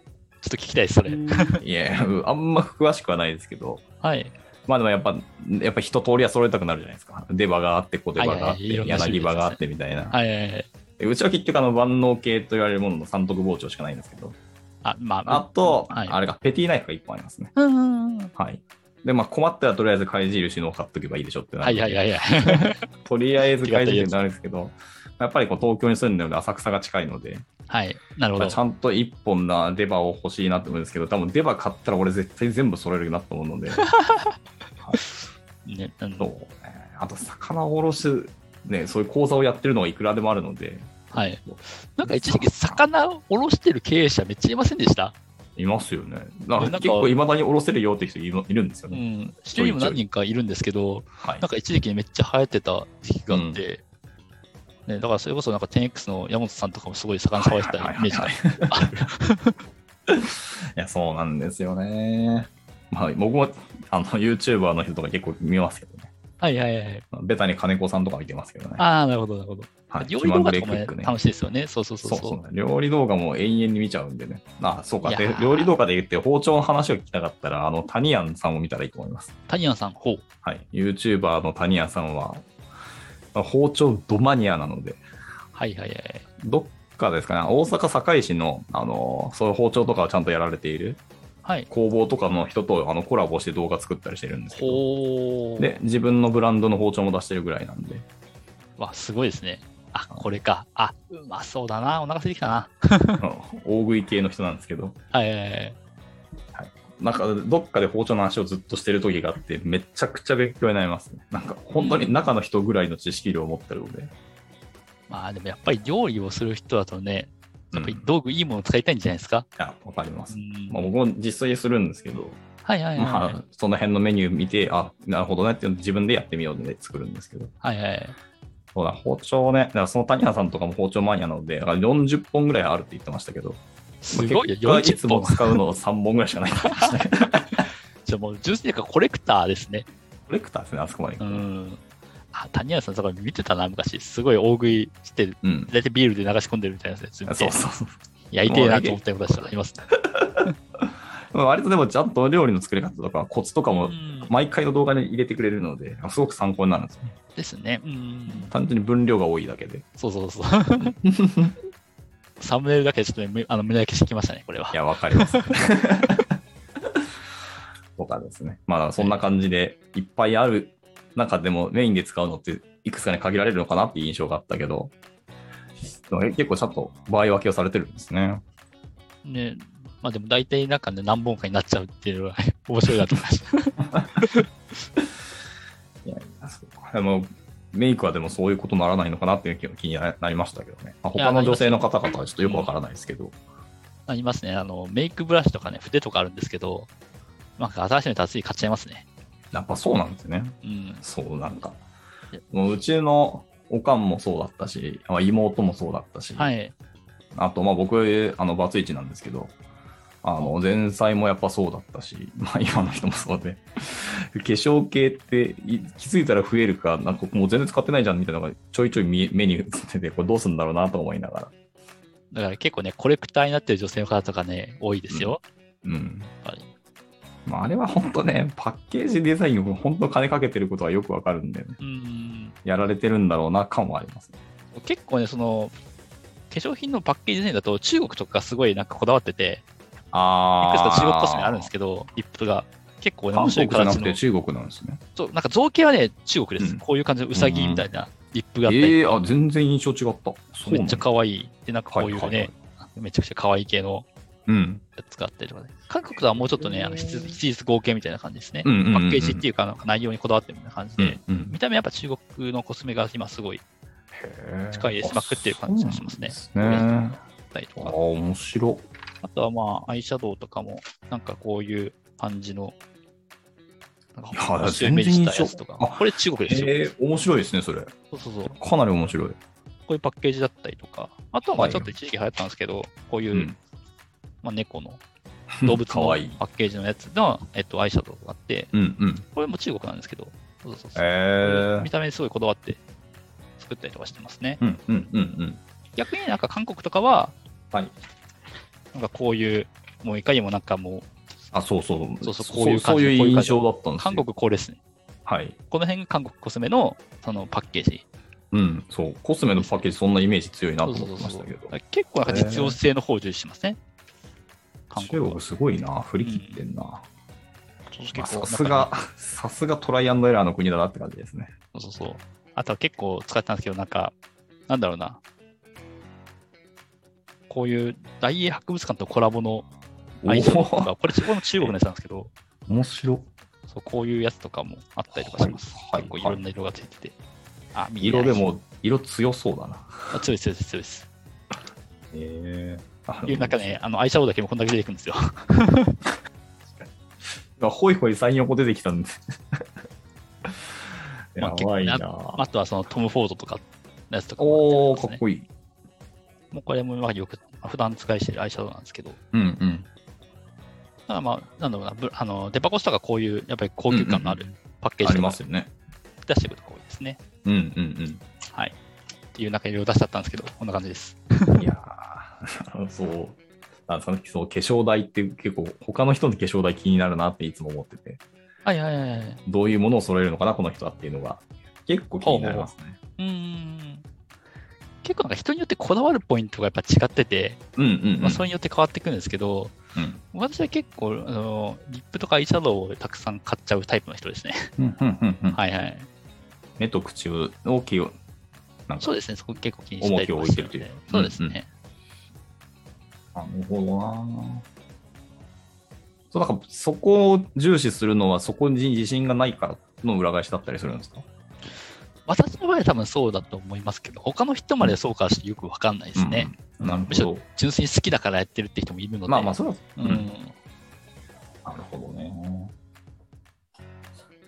Speaker 3: ちょっと聞きたいです、それ。
Speaker 2: いや、うんあんま詳しくはないですけど、
Speaker 3: はい。
Speaker 2: まあでもやっぱ、やっぱ一通りは揃えたくなるじゃないですか。出場があって、小出場があ
Speaker 3: は
Speaker 2: っ
Speaker 3: い
Speaker 2: て、
Speaker 3: はいはいいろんな種類
Speaker 2: 柳場があってみたいな。
Speaker 3: はいはいはい。
Speaker 2: でうちは結局あの万能系と言われるものの三徳包丁しかないんですけど、
Speaker 3: あ、まあ、
Speaker 2: あと、
Speaker 3: はい
Speaker 2: あれがペティナイフが1本ありますね。
Speaker 3: うんうんうん
Speaker 2: はい。で、まあ困ったらとりあえず貝印のを買っとけばいいでしょってな
Speaker 3: は
Speaker 2: る
Speaker 3: いはい
Speaker 2: い。
Speaker 3: はいはい。
Speaker 2: とりあえず貝印になるんですけど、やっぱりこう東京に住んでるので浅草が近いので、
Speaker 3: はい。なるほ
Speaker 2: まあ
Speaker 3: ど
Speaker 2: ち。ゃんと1本な出場を欲しいなと思うんですけど、多分出場買ったら俺絶対全部揃えるなと思うので。
Speaker 3: ね、うん
Speaker 2: そうねあと魚をおろす、ね、そういう講座をやってるのがいくらでもあるので、
Speaker 3: はい。なんか一時期、魚を卸してる経営者めっちゃいませんでした
Speaker 2: いますよね。なん
Speaker 3: な
Speaker 2: か
Speaker 3: んか
Speaker 2: 結構いまだにおろせるよって人いるいるんですよ
Speaker 3: う
Speaker 2: ね。
Speaker 3: ん。一人にも何人かいるんですけど、
Speaker 2: はい
Speaker 3: なん。か一時期めっちゃ流行ってた時期があって、ね、だからそれこそなんか 10X の山本さんとかもすごい魚さばいてたイメージが
Speaker 2: はい いや、そうなんですよね。まあ、僕もあの YouTuber の人とか結構見ますけどね。
Speaker 3: はいはいはい。
Speaker 2: ベタに金子さんとか見てますけどね。
Speaker 3: ああ、なるほど、なるほど。
Speaker 2: はい、
Speaker 3: 料理動画と
Speaker 2: 100万
Speaker 3: かも
Speaker 2: ぐらい
Speaker 3: ね
Speaker 2: クリックね。
Speaker 3: 楽しいですよね。そうそうそう
Speaker 2: そう
Speaker 3: そう。
Speaker 2: そう料理動画も永遠に見ちゃうんでね。あそうか。
Speaker 3: いや
Speaker 2: で
Speaker 3: ー
Speaker 2: 料理動画で言って包丁の話を聞きたかったら、あの、タニアンさんを見たらいいと思います。
Speaker 3: タニアンさん、ほう。
Speaker 2: はい。YouTuber のタニアンさんは、包丁ドマニアなので、
Speaker 3: はいはいはい。
Speaker 2: どっかですかね、大阪堺市の、あの、そういう包丁とかをちゃんとやられている
Speaker 3: はい。
Speaker 2: 工房とかの人とあのコラボして動画作ったりしてるんですけど、
Speaker 3: ほう。
Speaker 2: で、自分のブランドの包丁も出してるぐらいなんで、
Speaker 3: わ、すごいですね。あ、これか。あ、うまそうだな。お腹空いてきたな。
Speaker 2: あの大食い系の人なんですけど、
Speaker 3: はいはいはい。
Speaker 2: なんかどっかで包丁の話をずっとしてる時があって、めちゃくちゃ勉強になりますね。なんか本当に中の人ぐらいの知識量を持ってるので、
Speaker 3: まあでもやっぱり料理をする人だとね、
Speaker 2: う
Speaker 3: や
Speaker 2: ん
Speaker 3: っぱ
Speaker 2: い
Speaker 3: り道具いいものを使いたいんじゃないですか。
Speaker 2: や、わかります。
Speaker 3: うん
Speaker 2: まあ、僕も実際するんですけど、
Speaker 3: はいはいはい。
Speaker 2: まあ、その辺のメニュー見て、あ、なるほどねっていうのを自分でやってみようで作るんですけど、
Speaker 3: はいはい。
Speaker 2: そうだ、包丁ね、だからその谷原さんとかも包丁マニアなので、だから40本ぐらいあるって言ってましたけど、
Speaker 3: すご
Speaker 2: まあ
Speaker 3: いよ。
Speaker 2: 結
Speaker 3: 40
Speaker 2: 果いつも
Speaker 3: 本。
Speaker 2: 使うの3本ぐらいしか ないって言ってましたね
Speaker 3: じゃあもう純粋に言うからコレクターですね。
Speaker 2: コレクターですね、あそこまで行
Speaker 3: う
Speaker 2: くと。
Speaker 3: ん。あ、谷原さん、そこ見てたな、昔。すごい大食いして、
Speaker 2: うん。
Speaker 3: 大体ビールで流し込んでるみたいなや
Speaker 2: そ
Speaker 3: つ
Speaker 2: うそうそう。
Speaker 3: やりてえなと思ったことがありますね。
Speaker 2: まあ割とでもちゃんと料理の作り方とかコツとかも
Speaker 3: うん
Speaker 2: 毎回の動画に入れてくれるので、あすごく参考になるんですよね。
Speaker 3: ですね。うん。
Speaker 2: 単純に分量が多いだけで。い
Speaker 3: そうそうそう。サムネイルだけでちょっとね、むあの胸焼けしてきましたね、これは。
Speaker 2: や、わかります。とかですね。まあそんな感じで、いっぱいある中でもメインで使うのっていくつかに限られるのかなっていう印象があったけど、でも結構ちゃんと場合分けをされてるんですね。
Speaker 3: ね。まあでも大体なんかね、何本かになっちゃうっていうのが面白いなと思いました。
Speaker 2: いやいやそうかでもメイクはでもそういうことならないのかなっていう気気になりましたけどね。まあ、他の女性の方々はちょっとよくわからないですけど。
Speaker 3: ありますね。あの、メイクブラシとかね、筆とかあるんですけど、なんか新しいのとつい買っちゃいますね。
Speaker 2: やっぱそうなんですね。
Speaker 3: うん。
Speaker 2: そう、なんか
Speaker 3: いや。
Speaker 2: もううちのおかんもそうだったし、まあ妹もそうだったし、
Speaker 3: はい。
Speaker 2: あと、まあ僕、あの、バツイチなんですけど、あの、前菜もやっぱそうだったし、 まあ今の人もそうで、 化粧系ってい気づいたら増えるか、なんかもう全然使ってないじゃんみたいなのがちょいちょい見え目に映ってて、これどうすんだろうなと思いながら。
Speaker 3: だから結構ね、コレクターになってる女性の方とかね、多いですよ。
Speaker 2: うん。
Speaker 3: やっぱり
Speaker 2: まああれは本当ね、パッケージデザインを本当金かけてることはよくわかるんでね、
Speaker 3: うん。
Speaker 2: やられてるんだろうな感はありますね。
Speaker 3: 結構ね、その、化粧品のパッケージデザインだと中国とかすごいなんかこだわってて、い
Speaker 2: あ
Speaker 3: くつ
Speaker 2: あ。
Speaker 3: か中国コスメあるんですけど、リップが結構ね、面
Speaker 2: 韓
Speaker 3: 白い
Speaker 2: 国じゃな
Speaker 3: 形
Speaker 2: く
Speaker 3: の
Speaker 2: て。中国なんですね。
Speaker 3: そうなんか造形はね、中国です。
Speaker 2: うん
Speaker 3: こういう感じのウサギみたいなリップがあったり、
Speaker 2: ええあ、全然印象違った。そう
Speaker 3: め
Speaker 2: なん
Speaker 3: っち
Speaker 2: だ
Speaker 3: ゃ可愛い。で、なんかこういうね、
Speaker 2: はいはいはい
Speaker 3: めちゃくちゃ可愛い系の
Speaker 2: うん。
Speaker 3: やつがあったりとかね。韓国とはもうちょっとね、あの質質実合計みたいな感じですね。
Speaker 2: うんうんうんうん
Speaker 3: パッケージっていうか、なんか内容にこだわってるみたいな感じ
Speaker 2: う
Speaker 3: で、
Speaker 2: んうん
Speaker 3: 見た目はやっぱ中国のコスメが今すごい近いですまくってる感じがしますね
Speaker 2: そうなんですね
Speaker 3: あったりと
Speaker 2: あ
Speaker 3: か
Speaker 2: あ、、面白。
Speaker 3: あとはまあ、アイシャドウとかも、なんかこういう感じの、なんか
Speaker 2: いや
Speaker 3: 星をイメージしたやつとか
Speaker 2: 全然印象あ。
Speaker 3: これ中国ですよ。
Speaker 2: ええ面白いですね、それ。か
Speaker 3: そうそうそう。こ
Speaker 2: なり面白い。
Speaker 3: ういうパッケージだったりとか。あとはま
Speaker 2: は
Speaker 3: あ
Speaker 2: い
Speaker 3: ちょっと一時期流行ったんですけど、こういう、
Speaker 2: うん
Speaker 3: まあ、猫の動物
Speaker 2: か
Speaker 3: のパ
Speaker 2: わいい
Speaker 3: ッケージのやつの、えっと、アイシャドウがあって、
Speaker 2: うんうん。
Speaker 3: これも中国なんですけど、そうそうそう
Speaker 2: ええ
Speaker 3: 見た目にすごいこだわって作ったりとかしてますね。
Speaker 2: うんうんうんうん。
Speaker 3: 逆になんか韓国とかは、
Speaker 2: はい
Speaker 3: なんかこういう、もういかにもなんかも
Speaker 2: あ、そうそう。
Speaker 3: そうそうこういう感じ
Speaker 2: そういう
Speaker 3: こういう
Speaker 2: 印
Speaker 3: 感じ
Speaker 2: 象だったん
Speaker 3: う、
Speaker 2: ですよ
Speaker 3: 韓国これですね。
Speaker 2: はい。
Speaker 3: この辺が韓国コスメのそのパッケージ。
Speaker 2: うん、そう。コスメのパッケージ、そんなイメージ強いなと思ってましたけど。
Speaker 3: 結構なんか実用性の方を重視しますね。韓
Speaker 2: 中
Speaker 3: 国は
Speaker 2: 国すごいな。振り切ってんな。
Speaker 3: そう
Speaker 2: まあ
Speaker 3: 結構
Speaker 2: さすが、さすがトライアンドエラーの国だなって感じですね。
Speaker 3: そうそうそう。あとは結構使ってたんですけど、なんか、なんだろうな。こういう大英博物館とコラボのアイスと
Speaker 2: お
Speaker 3: か、これこれも中国のやつなんですけど、
Speaker 2: お、面白。
Speaker 3: そうこういうやつとかもあったりとかします。
Speaker 2: はいはい
Speaker 3: 結構いろんな色がついてて。あ、見えな
Speaker 2: 色
Speaker 3: い
Speaker 2: で。も、色強そうだな。
Speaker 3: あ強いです強いです強いです。
Speaker 2: ええ
Speaker 3: いう中ね、あの、アイシャドウだけもこんだけ出てくるんで すよ。
Speaker 2: ホイホイ3、4個出てきたんで。 や
Speaker 3: まあ
Speaker 2: ばいな。
Speaker 3: 結あとはそのトム・フォードとかのやつとか
Speaker 2: お
Speaker 3: も
Speaker 2: お、
Speaker 3: あた
Speaker 2: かっ
Speaker 3: りとかしますね
Speaker 2: こいい。
Speaker 3: もうこれもまあよく、まあ普段使いしてるアイシャドウなんですけど、
Speaker 2: うんうん。
Speaker 3: だからまあ、なんだろうな、ぶあのデパコスとかこういう、やっぱり高級感のあるパッケー
Speaker 2: あ
Speaker 3: ジ
Speaker 2: り
Speaker 3: と
Speaker 2: ま
Speaker 3: か
Speaker 2: すよね。
Speaker 3: 出してくるとか多いですね。
Speaker 2: うんうん
Speaker 3: はい。っていう中に色々出しちゃったんですけど、こんな感じです。
Speaker 2: うん。いやーそう。なんですかね、そう、化粧代って結構、他の人の化粧代気になるなっていつも思ってて、
Speaker 3: はいはいはいはい。
Speaker 2: どういうものを揃えるのかな、この人はっていうのが、結構気になりますね。
Speaker 3: うーん。結構なんか人によってこだわるポイントがやっぱ違ってて、
Speaker 2: うんうん、うん。
Speaker 3: まあ、それによって変わってくるんですけど、
Speaker 2: うん
Speaker 3: 私は結構あの、リップとかアイシャドウをたくさん買っちゃうタイプの人で すね。
Speaker 2: うんうんうんうん
Speaker 3: はいはい。
Speaker 2: 目と口を気を、なんか
Speaker 3: そうですね、そこ結構気にしたりと
Speaker 2: 重きを
Speaker 3: か
Speaker 2: 置い
Speaker 3: してて
Speaker 2: る
Speaker 3: る
Speaker 2: と
Speaker 3: の
Speaker 2: いう
Speaker 3: で。そうですね。
Speaker 2: なるほどな。そうなんかそこを重視するのはそこに自信がないからの裏返しだったりするんですか
Speaker 3: 私の場合は多分そうだと思いますけど、他の人までそうかはよくわかんないですね。、
Speaker 2: うんなる
Speaker 3: む
Speaker 2: ほ
Speaker 3: しろ
Speaker 2: ど。
Speaker 3: 純粋に好きだからやってるって人もいるので。
Speaker 2: まあまあそれは、
Speaker 3: うん。
Speaker 2: なるほどね。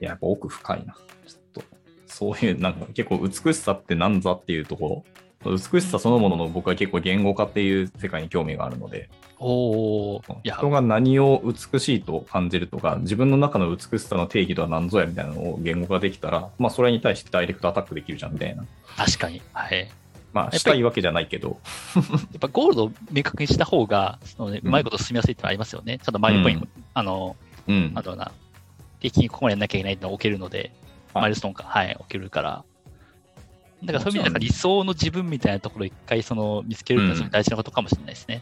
Speaker 2: いや、やっぱ奥深いな。ちょっと、そういう、なんか結構美しさってなんざっていうところ、美しさそのものの僕は結構言語化っていう世界に興味があるので、
Speaker 3: おー。いや、
Speaker 2: 人が何を美しいと感じるとか、自分の中の美しさの定義とは何ぞやみたいなのを言語化できたら、まあそれに対してダイレクトアタックできるじゃんみたいな。
Speaker 3: 確かに。はい。
Speaker 2: まあ
Speaker 3: ぱり
Speaker 2: したいわけじゃないけど、
Speaker 3: やっぱゴールドを明確にした方が、そのね、
Speaker 2: うん
Speaker 3: うまいこと進みやすいってのはありますよね。ちゃんとマイルポイント、
Speaker 2: う
Speaker 3: あの、
Speaker 2: うん
Speaker 3: あ。とはな、定期的にここまでやんなきゃいけないってのを置けるので、
Speaker 2: はい
Speaker 3: マイルストーンか、はい、置けるから。だからそういう意味で、なん
Speaker 2: もちろん
Speaker 3: か理想の自分みたいなところを一回その見つけるってのはすごい大事なことかもしれないですね。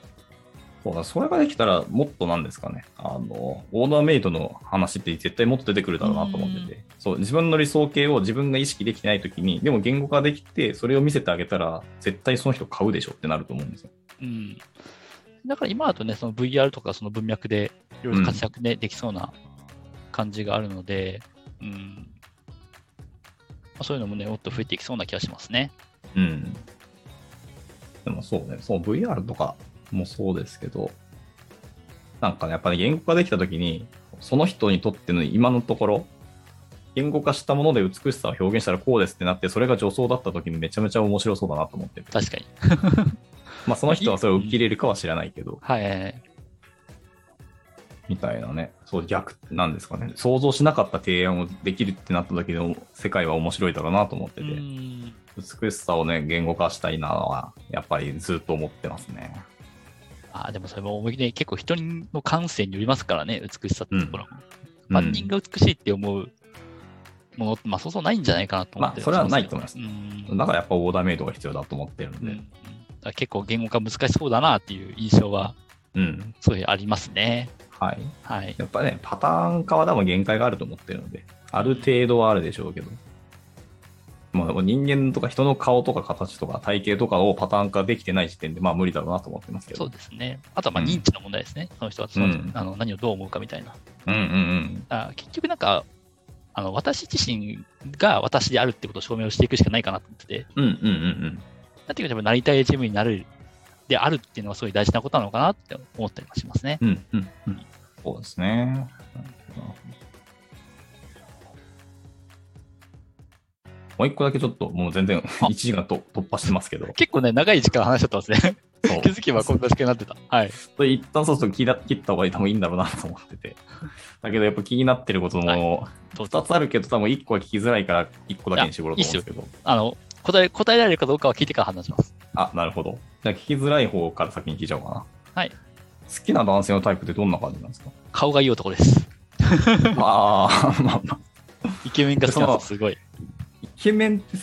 Speaker 2: そうだ、それができたらもっとなんですかね、あの、オーダーメイドの話って絶対もっと出てくるだろうなと思ってて、そう、自分の理想形を自分が意識できてないときに、でも言語化できて、それを見せてあげたら、絶対その人買うでしょってなると思うんですよ。
Speaker 3: うん。だから今だとね、その VR とかその文脈でいろいろ活躍でできそうな感じがあるので、うん。まあそういうのもね、もっと増えていきそうな気がしますね。
Speaker 2: うん。でもそうね、そう VR とかもそうですけど、なんかね、やっぱり言語化できたときに、その人にとっての今のところ、言語化したもので美しさを表現したらこうですってなって、それが女装だったときにめちゃめちゃ面白そうだなと思ってて、
Speaker 3: 確かに。
Speaker 2: まあその人はそれを受け入れるかは知らないけど、
Speaker 3: はいはいはい。
Speaker 2: みたいなね、そう逆なんですかね、想像しなかった提案をできるってなった時の世界は面白いだろうなと思ってて、
Speaker 3: うん
Speaker 2: 美しさをね、言語化したいなは、やっぱりずっと思ってますね。
Speaker 3: ああ、でもそれも思い切り結構人の感性によりますからね、美しさってところも。
Speaker 2: うん
Speaker 3: 万人が美しいって思うものって、まあそうそうないんじゃないかなと思って
Speaker 2: まあそれはないと思います
Speaker 3: うん
Speaker 2: だからやっぱオーダーメイドが必要だと思ってるの
Speaker 3: うん
Speaker 2: で、
Speaker 3: うんだから結構言語化難しそうだなっていう印象は、
Speaker 2: うん、
Speaker 3: そういうありますね。
Speaker 2: はい。
Speaker 3: はい。
Speaker 2: やっぱね、パターン化は多分限界があると思ってるので、ある程度はあるでしょうけど、まあ、人間とか人の顔とか形とか体型とかをパターン化できてない時点で、まあ無理だろうなと思ってますけ
Speaker 3: そ
Speaker 2: ど
Speaker 3: う、ですね。あとはまあ
Speaker 2: うん
Speaker 3: 認知の問題ですね。その人はその、
Speaker 2: うん
Speaker 3: あの何をどう思うかみたいな。
Speaker 2: うんうんうん、
Speaker 3: あ結局なんかあの、私自身が私であるってことを証明をしていくしかないかなと思ってて、
Speaker 2: うんうんうんうん。
Speaker 3: なんていうか、やっぱなりたい自分になるであるっていうのはすごい大事なことなのかなって思ったりもしますね。
Speaker 2: うんうんうん。そうですね。もう一個だけちょっと、もう全 然1時間と突破してますけど、
Speaker 3: 結構ね、長い時間話しちゃってます ね。
Speaker 2: そう
Speaker 3: 気づけばこんな時間になってた。はい。
Speaker 2: それ一旦そうすると切ら切った方が多分いいんだろうなと思って て。だけどやっぱ気になってることも
Speaker 3: どう
Speaker 2: 2
Speaker 3: ぞ
Speaker 2: つあるけど、多分1個は聞きづらいから1個だけに絞ろうと思うんですけど。
Speaker 3: あの、答え、答えられるかどうかは聞いてから話します。
Speaker 2: あ、なるほど。じゃあ聞きづらい方から先に聞いちゃおうかな。
Speaker 3: はい。
Speaker 2: 好きな男性のタイプってどんな感じなんです か
Speaker 3: 顔がいい男です。
Speaker 2: ああ、まあまあ、
Speaker 3: イケメンが好きなんです
Speaker 2: そ
Speaker 3: すごい。
Speaker 2: イケメンって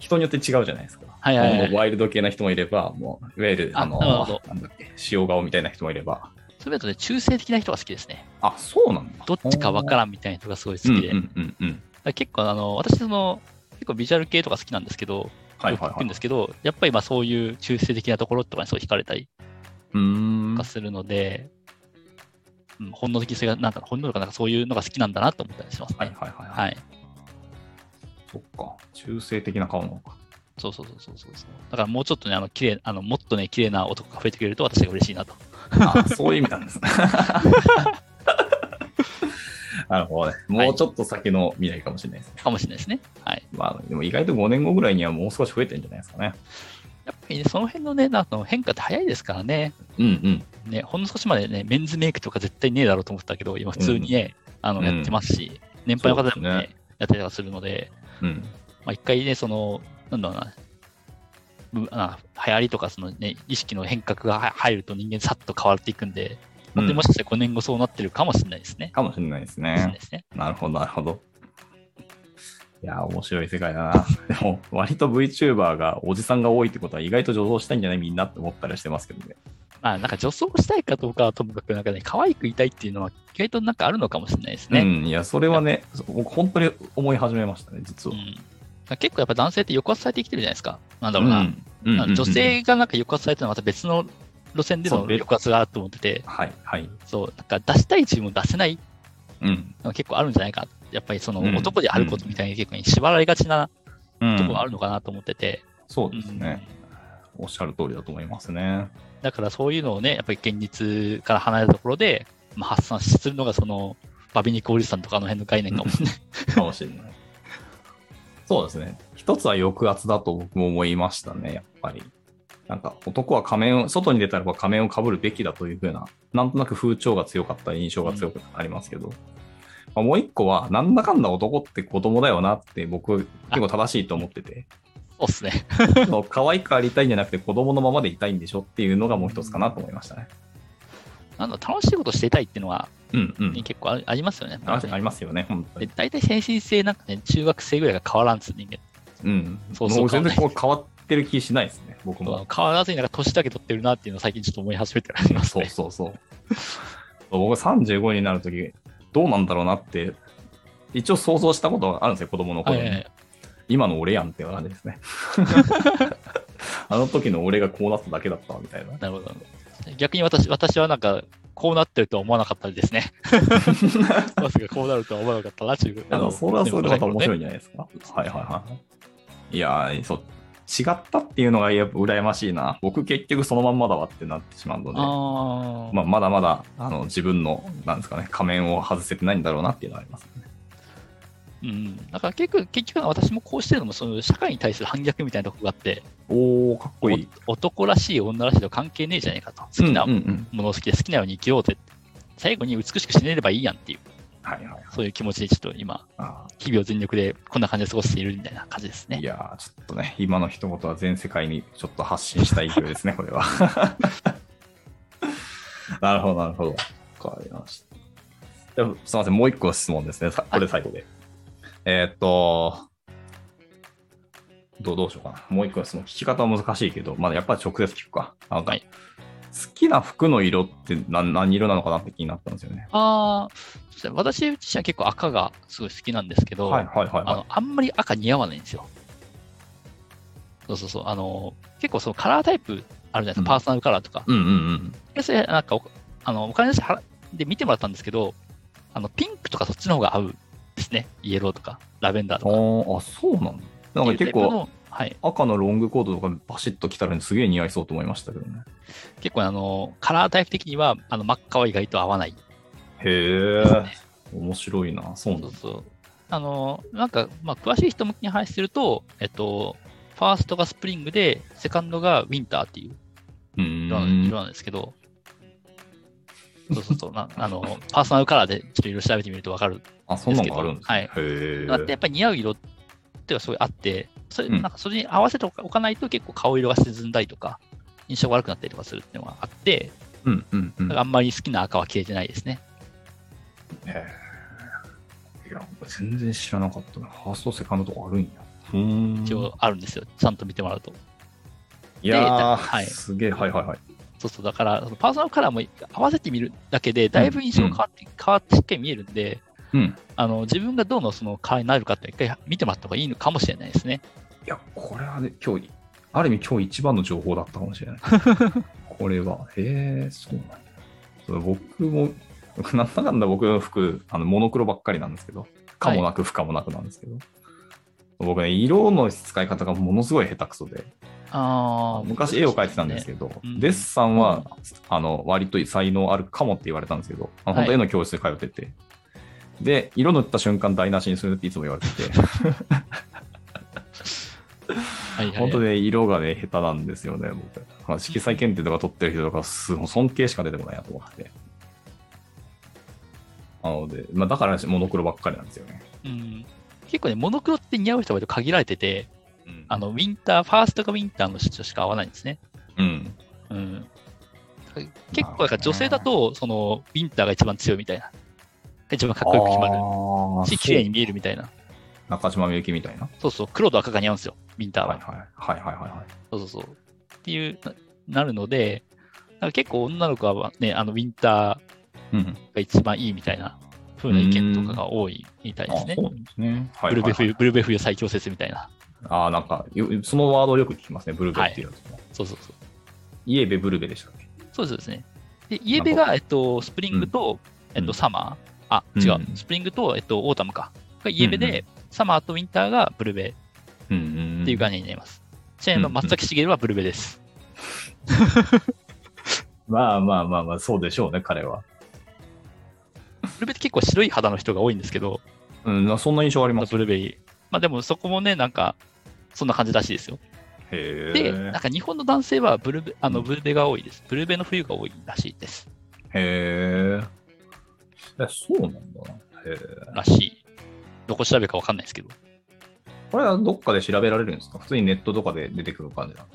Speaker 2: 人によって違うじゃないですか。
Speaker 3: はいはいはい
Speaker 2: もうワイルド系な人もいれば、もういわゆる、
Speaker 3: あ
Speaker 2: あの、
Speaker 3: なるほど
Speaker 2: なんだっけ、塩顔みたいな人もいれば。
Speaker 3: それだとね、中性的な人が好きですね。
Speaker 2: あ、そうなんだ。
Speaker 3: どっちかわか
Speaker 2: ん
Speaker 3: ららんみたいな人がすごい好きで。
Speaker 2: うんうんうんうん。
Speaker 3: だから結構あの私その結構ビジュアル系とか好きなんですけど、
Speaker 2: はい
Speaker 3: よく
Speaker 2: はいは
Speaker 3: 聞くん
Speaker 2: い
Speaker 3: で。すけど、やっぱりまあそういう中性的なところとかにそう惹かれたり
Speaker 2: うーん
Speaker 3: とか。するので、うん、本能的性がなんか本能とかなんかそういうのが好きなんだなと思ったりしますね。
Speaker 2: はいはいはい。
Speaker 3: はい。
Speaker 2: そっか。中性的な顔なの か。
Speaker 3: そうそうそうそうそうそう。だからもうちょっとねあの綺麗あのもっとね綺麗な男が増えてくれると私が嬉しいなと。
Speaker 2: あそういう意味なんですね。 なるほどね。もうちょっと先の未来かもしれないですね。
Speaker 3: かもしれないですね。はい。
Speaker 2: まあ、でも意外と5年後ぐらいにはもう少し増えてるんじゃないですかね。
Speaker 3: やっぱりねその辺のねなんか変化って早いですからね。
Speaker 2: うんうん。
Speaker 3: ね、ほんの少しまでね、メンズメイクとか絶対ねえだろうと思ってたけど、今普通にね、あの
Speaker 2: うん
Speaker 3: やってますし、年配の方でもね、
Speaker 2: そうです
Speaker 3: やってたりとかするので、
Speaker 2: うん。
Speaker 3: まあ、一回ね、その、なんだろうな、ぶあ流行りとか、そのね、意識の変革がは入ると人間さっと変わっていくんで、本当にもしかしたら5年後そうなってるかもしれないですね。
Speaker 2: かもしれないです
Speaker 3: かもしれない
Speaker 2: ね。
Speaker 3: ですね。
Speaker 2: なるほど、なるほど。いやー、面白い世界だな。でも、割と VTuber がおじさんが多いってことは意外と女装したいんじゃないみんなって思ったりしてますけどね。
Speaker 3: まあ、なんか女装したいかどうかはともかく、なんかね、可愛くいたいっていうのは、意外となんかあるのかもしれないです
Speaker 2: う
Speaker 3: ね。
Speaker 2: ん、いや、それはね、そ僕本当に思い始めましたね、実
Speaker 3: う
Speaker 2: は。
Speaker 3: ん結構やっぱ男性って抑圧されて生きてるじゃないですか。なんだろうな。
Speaker 2: うんうんうんうん
Speaker 3: 女性がなんか抑圧されてるのはまた別の路線での
Speaker 2: そう別
Speaker 3: 抑圧があると思ってて、
Speaker 2: はい、はい。
Speaker 3: そう、なんか出したい自分を出せない
Speaker 2: うん。
Speaker 3: のが結構あるんじゃないか。やっぱりその
Speaker 2: うん
Speaker 3: 男であることみたいに結構に縛られがちな
Speaker 2: うん
Speaker 3: ところあるのかなと思ってて、
Speaker 2: そうですね。おっしゃる通りだと思いますね。
Speaker 3: だからそういうのをね、やっぱり現実から離れたところで、まあ、発散するのがその、バビニコおじさんとかあの辺の概念かもしれない。
Speaker 2: かもしれない。 そうですね。一つは抑圧だと僕も思いましたね、やっぱり。なんか男は仮面を、外に出たらば仮面をかぶるべきだというふうな、なんとなく風潮が強かった印象が強くありますけど、まあもう一個は、なんだかんだ男って子供だよなって僕、結構正しいと思ってて、
Speaker 3: そうっすね。
Speaker 2: その可愛くありたいんじゃなくて子供のままでいたいんでしょっていうのがもう一つかなと思いましたね。
Speaker 3: あの楽しいことしていたいっていうのは、
Speaker 2: うんうん。
Speaker 3: 結構ありありますよね。
Speaker 2: あありますよね、本当
Speaker 3: で
Speaker 2: に。
Speaker 3: 大体精神性なんかね、中学生ぐらいが変わらんっす人間。
Speaker 2: うん。
Speaker 3: そうそう
Speaker 2: も全然こう変わってる気しないですね、僕も。
Speaker 3: 変わらずになんか年だけ取ってるなっていうのを最近ちょっと思い始めてられます
Speaker 2: そう
Speaker 3: ね。
Speaker 2: そうそう。僕35になるとき、どうなんだろうなって、一応想像したことがあるんですよ、子供の頃
Speaker 3: は
Speaker 2: に。
Speaker 3: いはい
Speaker 2: 今の俺やんって感じです ね。あの時の俺がこうなっただけだったわみたいな。
Speaker 3: なるほど。逆に私私はなんか、こうなってるとは思わなかったで すね。まさかこうなるとは思わなかったな、中学
Speaker 2: あのそれはそれでまた面白
Speaker 3: い。
Speaker 2: いんじゃないですか。はいはいはい。いやー、そう。違ったっていうのがやっぱ羨ましいな。僕結局そのまんまだわってなってしまうので、
Speaker 3: あー、
Speaker 2: まあ、まだまだあの自分の、なんですかね、仮面を外せてないんだろうなっていうのはあります。
Speaker 3: うん。だから結局、結局私もこうしてるのも、その社会に対する反逆みたいなとこがあって、
Speaker 2: おー、かっこいい。
Speaker 3: お男らしい、女らしいと関係ねえじゃないかと。好きな
Speaker 2: うん
Speaker 3: も
Speaker 2: うんうん
Speaker 3: のを好きで好きなように生きようぜって。最後に美しく死ねればいいやんっていう、
Speaker 2: はいはい。
Speaker 3: そういう気持ちでちょっと今、
Speaker 2: あ
Speaker 3: 日々を全力でこんな感じで過ごしているみたいな感じです
Speaker 2: ー
Speaker 3: ね
Speaker 2: い。やー、ちょっとね、今の一言は全世界にちょっと発信したい勢い ですね、これは。 なるほど、なるほど。わかりました。ではすみません、もう一個質問ですね。さこれ最後で。えーっと、どうどうしようかな。もう一個質問。聞き方は難しいけど、まあ、やっぱり直接聞くか。なんか
Speaker 3: はい
Speaker 2: 好きな服の色って何何色なのかなって気になったんですよね。
Speaker 3: ああ、そうですね私自身は結構赤がすごい好きなんですけど、
Speaker 2: はいはいはい、
Speaker 3: あ
Speaker 2: は
Speaker 3: のあんまり赤似合わないんですよ。そうそうそう。あの、結構そのカラータイプあるじゃないですか、
Speaker 2: うん
Speaker 3: パーソナルカラーとか。
Speaker 2: い。うんうんうん。
Speaker 3: でそれ、なんかお、あのお金出して払で見てもらったんですけど、あのピンクとかそっちの方が合うですね。イエローとか、ラベンダーとか。
Speaker 2: ああ、そうなんだ。なんか
Speaker 3: ってい
Speaker 2: 結
Speaker 3: うタイプ
Speaker 2: 構
Speaker 3: の、はい、
Speaker 2: 赤のロングコートとかバシッと着たらすげえ似合いそうと思いましたけどね。
Speaker 3: 結構あの、カラータイプ的には、あの真っ赤は意外と合わない
Speaker 2: へ
Speaker 3: ですね
Speaker 2: え、。面白いな。そうなんだ
Speaker 3: そう。そう。あの、なんか、まあ、詳しい人向けに話すると、えっと、ファーストがスプリングで、セカンドがウィンターっていう
Speaker 2: う
Speaker 3: 色な
Speaker 2: ー
Speaker 3: ん
Speaker 2: ん
Speaker 3: 色なんですけど、そうそうそうな、 あの、パーソナルカラーでちょっと色々調べてみると分かる。
Speaker 2: あ、そんなのがあるんですね
Speaker 3: はい
Speaker 2: へ
Speaker 3: だってや
Speaker 2: え
Speaker 3: っ。ぱり似合う色っていうのはすごいあって、それ
Speaker 2: うん
Speaker 3: なんかそれに合わせておかおかないと結構顔色が沈んだりとか、印象が悪くなったりとかするっていうのがあって、
Speaker 2: うんうんうん。
Speaker 3: だからあんまり好きな赤は消えてないですね。
Speaker 2: へえいや、全然知らなかったな。ファースト、セカンドとかあるんや。うーん
Speaker 3: 一応あるんですよ。ちゃんと見てもらうと。
Speaker 2: いやー、
Speaker 3: はい
Speaker 2: すげえ、はいはいはい。
Speaker 3: そうそう、だから、そのパーソナルカラーも合わせてみるだけで、だいぶ印象変わって、変わってしっかり見えるんで、
Speaker 2: うん。
Speaker 3: あの自分がどうのそのカラーになるかって一回見てもらった方がいいのかもしれないですね。
Speaker 2: いや、これはね、今日、ある意味今日一番の情報だったかもしれ ない。これは、へえ、そうなんだ。それ僕も、なんだかんだ僕の服、あのモノクロばっかりなんですけど、かもなく不可もなくなんですけど、僕ね、色の使い方がものすごい下手くそで、
Speaker 3: ああ、
Speaker 2: 昔絵を描いてたんです
Speaker 3: よ。
Speaker 2: けど、
Speaker 3: うん
Speaker 2: デッサンは、あの割と才能あるかもって言われたんですけど、あの
Speaker 3: は
Speaker 2: 本
Speaker 3: い
Speaker 2: 当絵の教室で通ってて、で、色塗った瞬間台無しにするっていつも言われてて、
Speaker 3: はいはい、
Speaker 2: 本当ね、色がね、下手なんですよね、僕。まあ色彩検定とか取ってる人とか、すもう尊敬しか出てこないなと思って。なので、まあ、だからモノクロばっかりなんですよね。
Speaker 3: うん。結構ね、モノクロって似合う人は割と限られてて、
Speaker 2: うん
Speaker 3: あの、ウィンター、ファーストかウィンターの人しか合わないんですね。
Speaker 2: うん。
Speaker 3: うん。結構、だから女性だと、その、ウィンターが一番強いみたいな。一番かっこよく決まる
Speaker 2: あー
Speaker 3: し、綺麗に見えるみたいな。
Speaker 2: 中島みゆきみたいな。
Speaker 3: そうそう、黒と赤が似合うんですよ、ウィンター
Speaker 2: は
Speaker 3: は。
Speaker 2: いはいはいはいはいはい。
Speaker 3: そうそうそう。っていう、ななるので、なんか結構女の子はね、あの、ウィンタ
Speaker 2: うん。
Speaker 3: ーが一番いいみたいな風な意見とかが多いみたいですね
Speaker 2: あ。そうなんですね。は
Speaker 3: ブ
Speaker 2: い
Speaker 3: ル
Speaker 2: は
Speaker 3: ベ
Speaker 2: い、は
Speaker 3: 冬、
Speaker 2: い。
Speaker 3: ブルベ冬最強説みたいな。
Speaker 2: ああ、なんか、よそのワードよく聞きますね。ブルベっていうやつも。
Speaker 3: そうそうそう。
Speaker 2: イエベブルベでしたっけ
Speaker 3: そうですね。で、イエベが、えっと、スプリングと、
Speaker 2: ん
Speaker 3: えっ
Speaker 2: うん
Speaker 3: と、サマー。あ、
Speaker 2: うん
Speaker 3: 違う。スプリングと、えっと、オータムか。がイエベ
Speaker 2: うんう
Speaker 3: で、サマーとウィンターがブルベ
Speaker 2: うんうんうん。
Speaker 3: っていう感じになります。ちなみに
Speaker 2: うん
Speaker 3: 松崎しげるはブルベです。
Speaker 2: まあまあまあまあ、そうでしょうね、彼は。
Speaker 3: ブルベって結構白い肌の人が多いんですけど、
Speaker 2: うん、なそんな印象あります。
Speaker 3: ブルベリー。まあでもそこもね、なんか、そんな感じらしいですよ。
Speaker 2: へ
Speaker 3: で、なんか日本の男性はブルベあのブルベが多いです。ブルベの冬が多いらしいです。
Speaker 2: え。へーえ。そうなんだな。へえ。
Speaker 3: らしい。どこ調べかわかんないですけど。
Speaker 2: これはどっかで調べられるんですか普通にネットとかで出てくる感じなの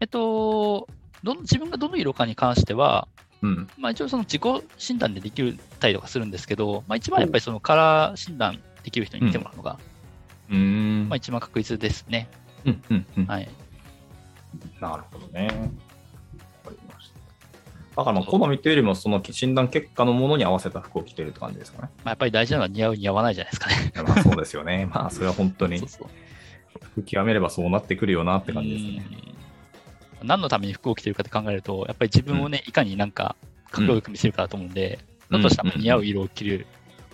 Speaker 3: えっと、どの自分がどの色かに関しては、
Speaker 2: うん。
Speaker 3: まあ、一応その自己診断でできるたりとかするんですけど、まあ、一番やっぱりそのカラー診断できる人に見てもらうのが、
Speaker 2: うーん
Speaker 3: まあ、一番確実ですね。
Speaker 2: うんうんうん。
Speaker 3: はい。
Speaker 2: なるほどね。わかりました。だからまあ好みというよりも、その診断結果のものに合わせた服を着てるって感じですかね。
Speaker 3: まあ、やっぱり大事なのは似合う似合わないじゃないですかね。
Speaker 2: まあそうですよね。 まあそれは本当に
Speaker 3: そう、そう
Speaker 2: 服極めればそうなってくるよなって感じですね。
Speaker 3: うん何のために服を着てるかって考えると、やっぱり自分をね、いかになんか、かっこよく見せるかだと思うんで、
Speaker 2: うん
Speaker 3: だとしたら似合う色を着る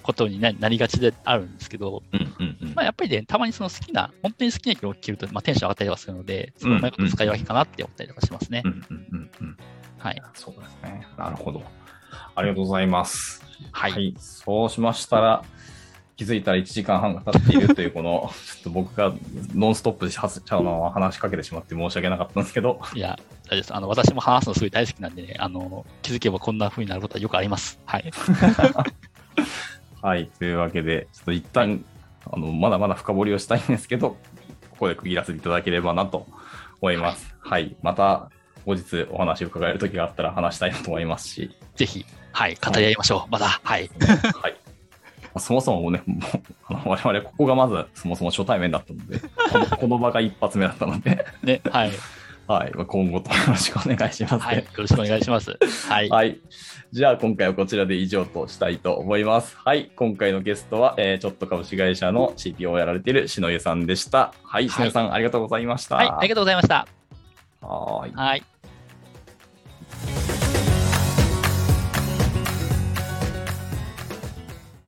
Speaker 3: ことにななりがちであるんですけど、
Speaker 2: うんうんうん。
Speaker 3: まあ、やっぱりね、たまにその好きな、本当に好きな色を着ると、まあ、テンション上がったりはするので、そこうまいこと使い分けかなって思ったりとかしますね
Speaker 2: う。んうんうんうん。
Speaker 3: はい。
Speaker 2: そうですね。なるほど。ありがとうございます。
Speaker 3: は。
Speaker 2: はいい、そうしましたら、気づいたら1時間半が経っているという、この、 ちょっと僕がノンストップではずあの話しかけてしまって申し訳なかったんですけど、
Speaker 3: いや、大丈夫です。あの、私も話すのすごい大好きなんでね、あの、気づけばこんな風になることはよくあります。 はい。
Speaker 2: はい、というわけで、ちょっと一旦、あの、まだまだ深掘りをしたいんですけど、ここで区切らせていただければなと思います。はい、また後日お話を伺える時があったら話したいなと思いますし、
Speaker 3: ぜひ、はい、語り合いましょう。また、はい。
Speaker 2: はい。そもそもね、もうあの我々ここがまずそもそも初対面だったので、この この場が一発目だったので、
Speaker 3: ね、はい。
Speaker 2: はい、まあ今後ともよろしくお願いします、ね。
Speaker 3: はい。よろしくお願いします。はい。
Speaker 2: はい。じゃあ、今回はこちらで以上としたいと思います。はい。今回のゲストは、えーちょっと株式会社の CPO をやられている篠江さんでした。はい。篠江さん、ありがとうございました。
Speaker 3: はい、ありがとうございました。
Speaker 2: はーい。
Speaker 3: はい。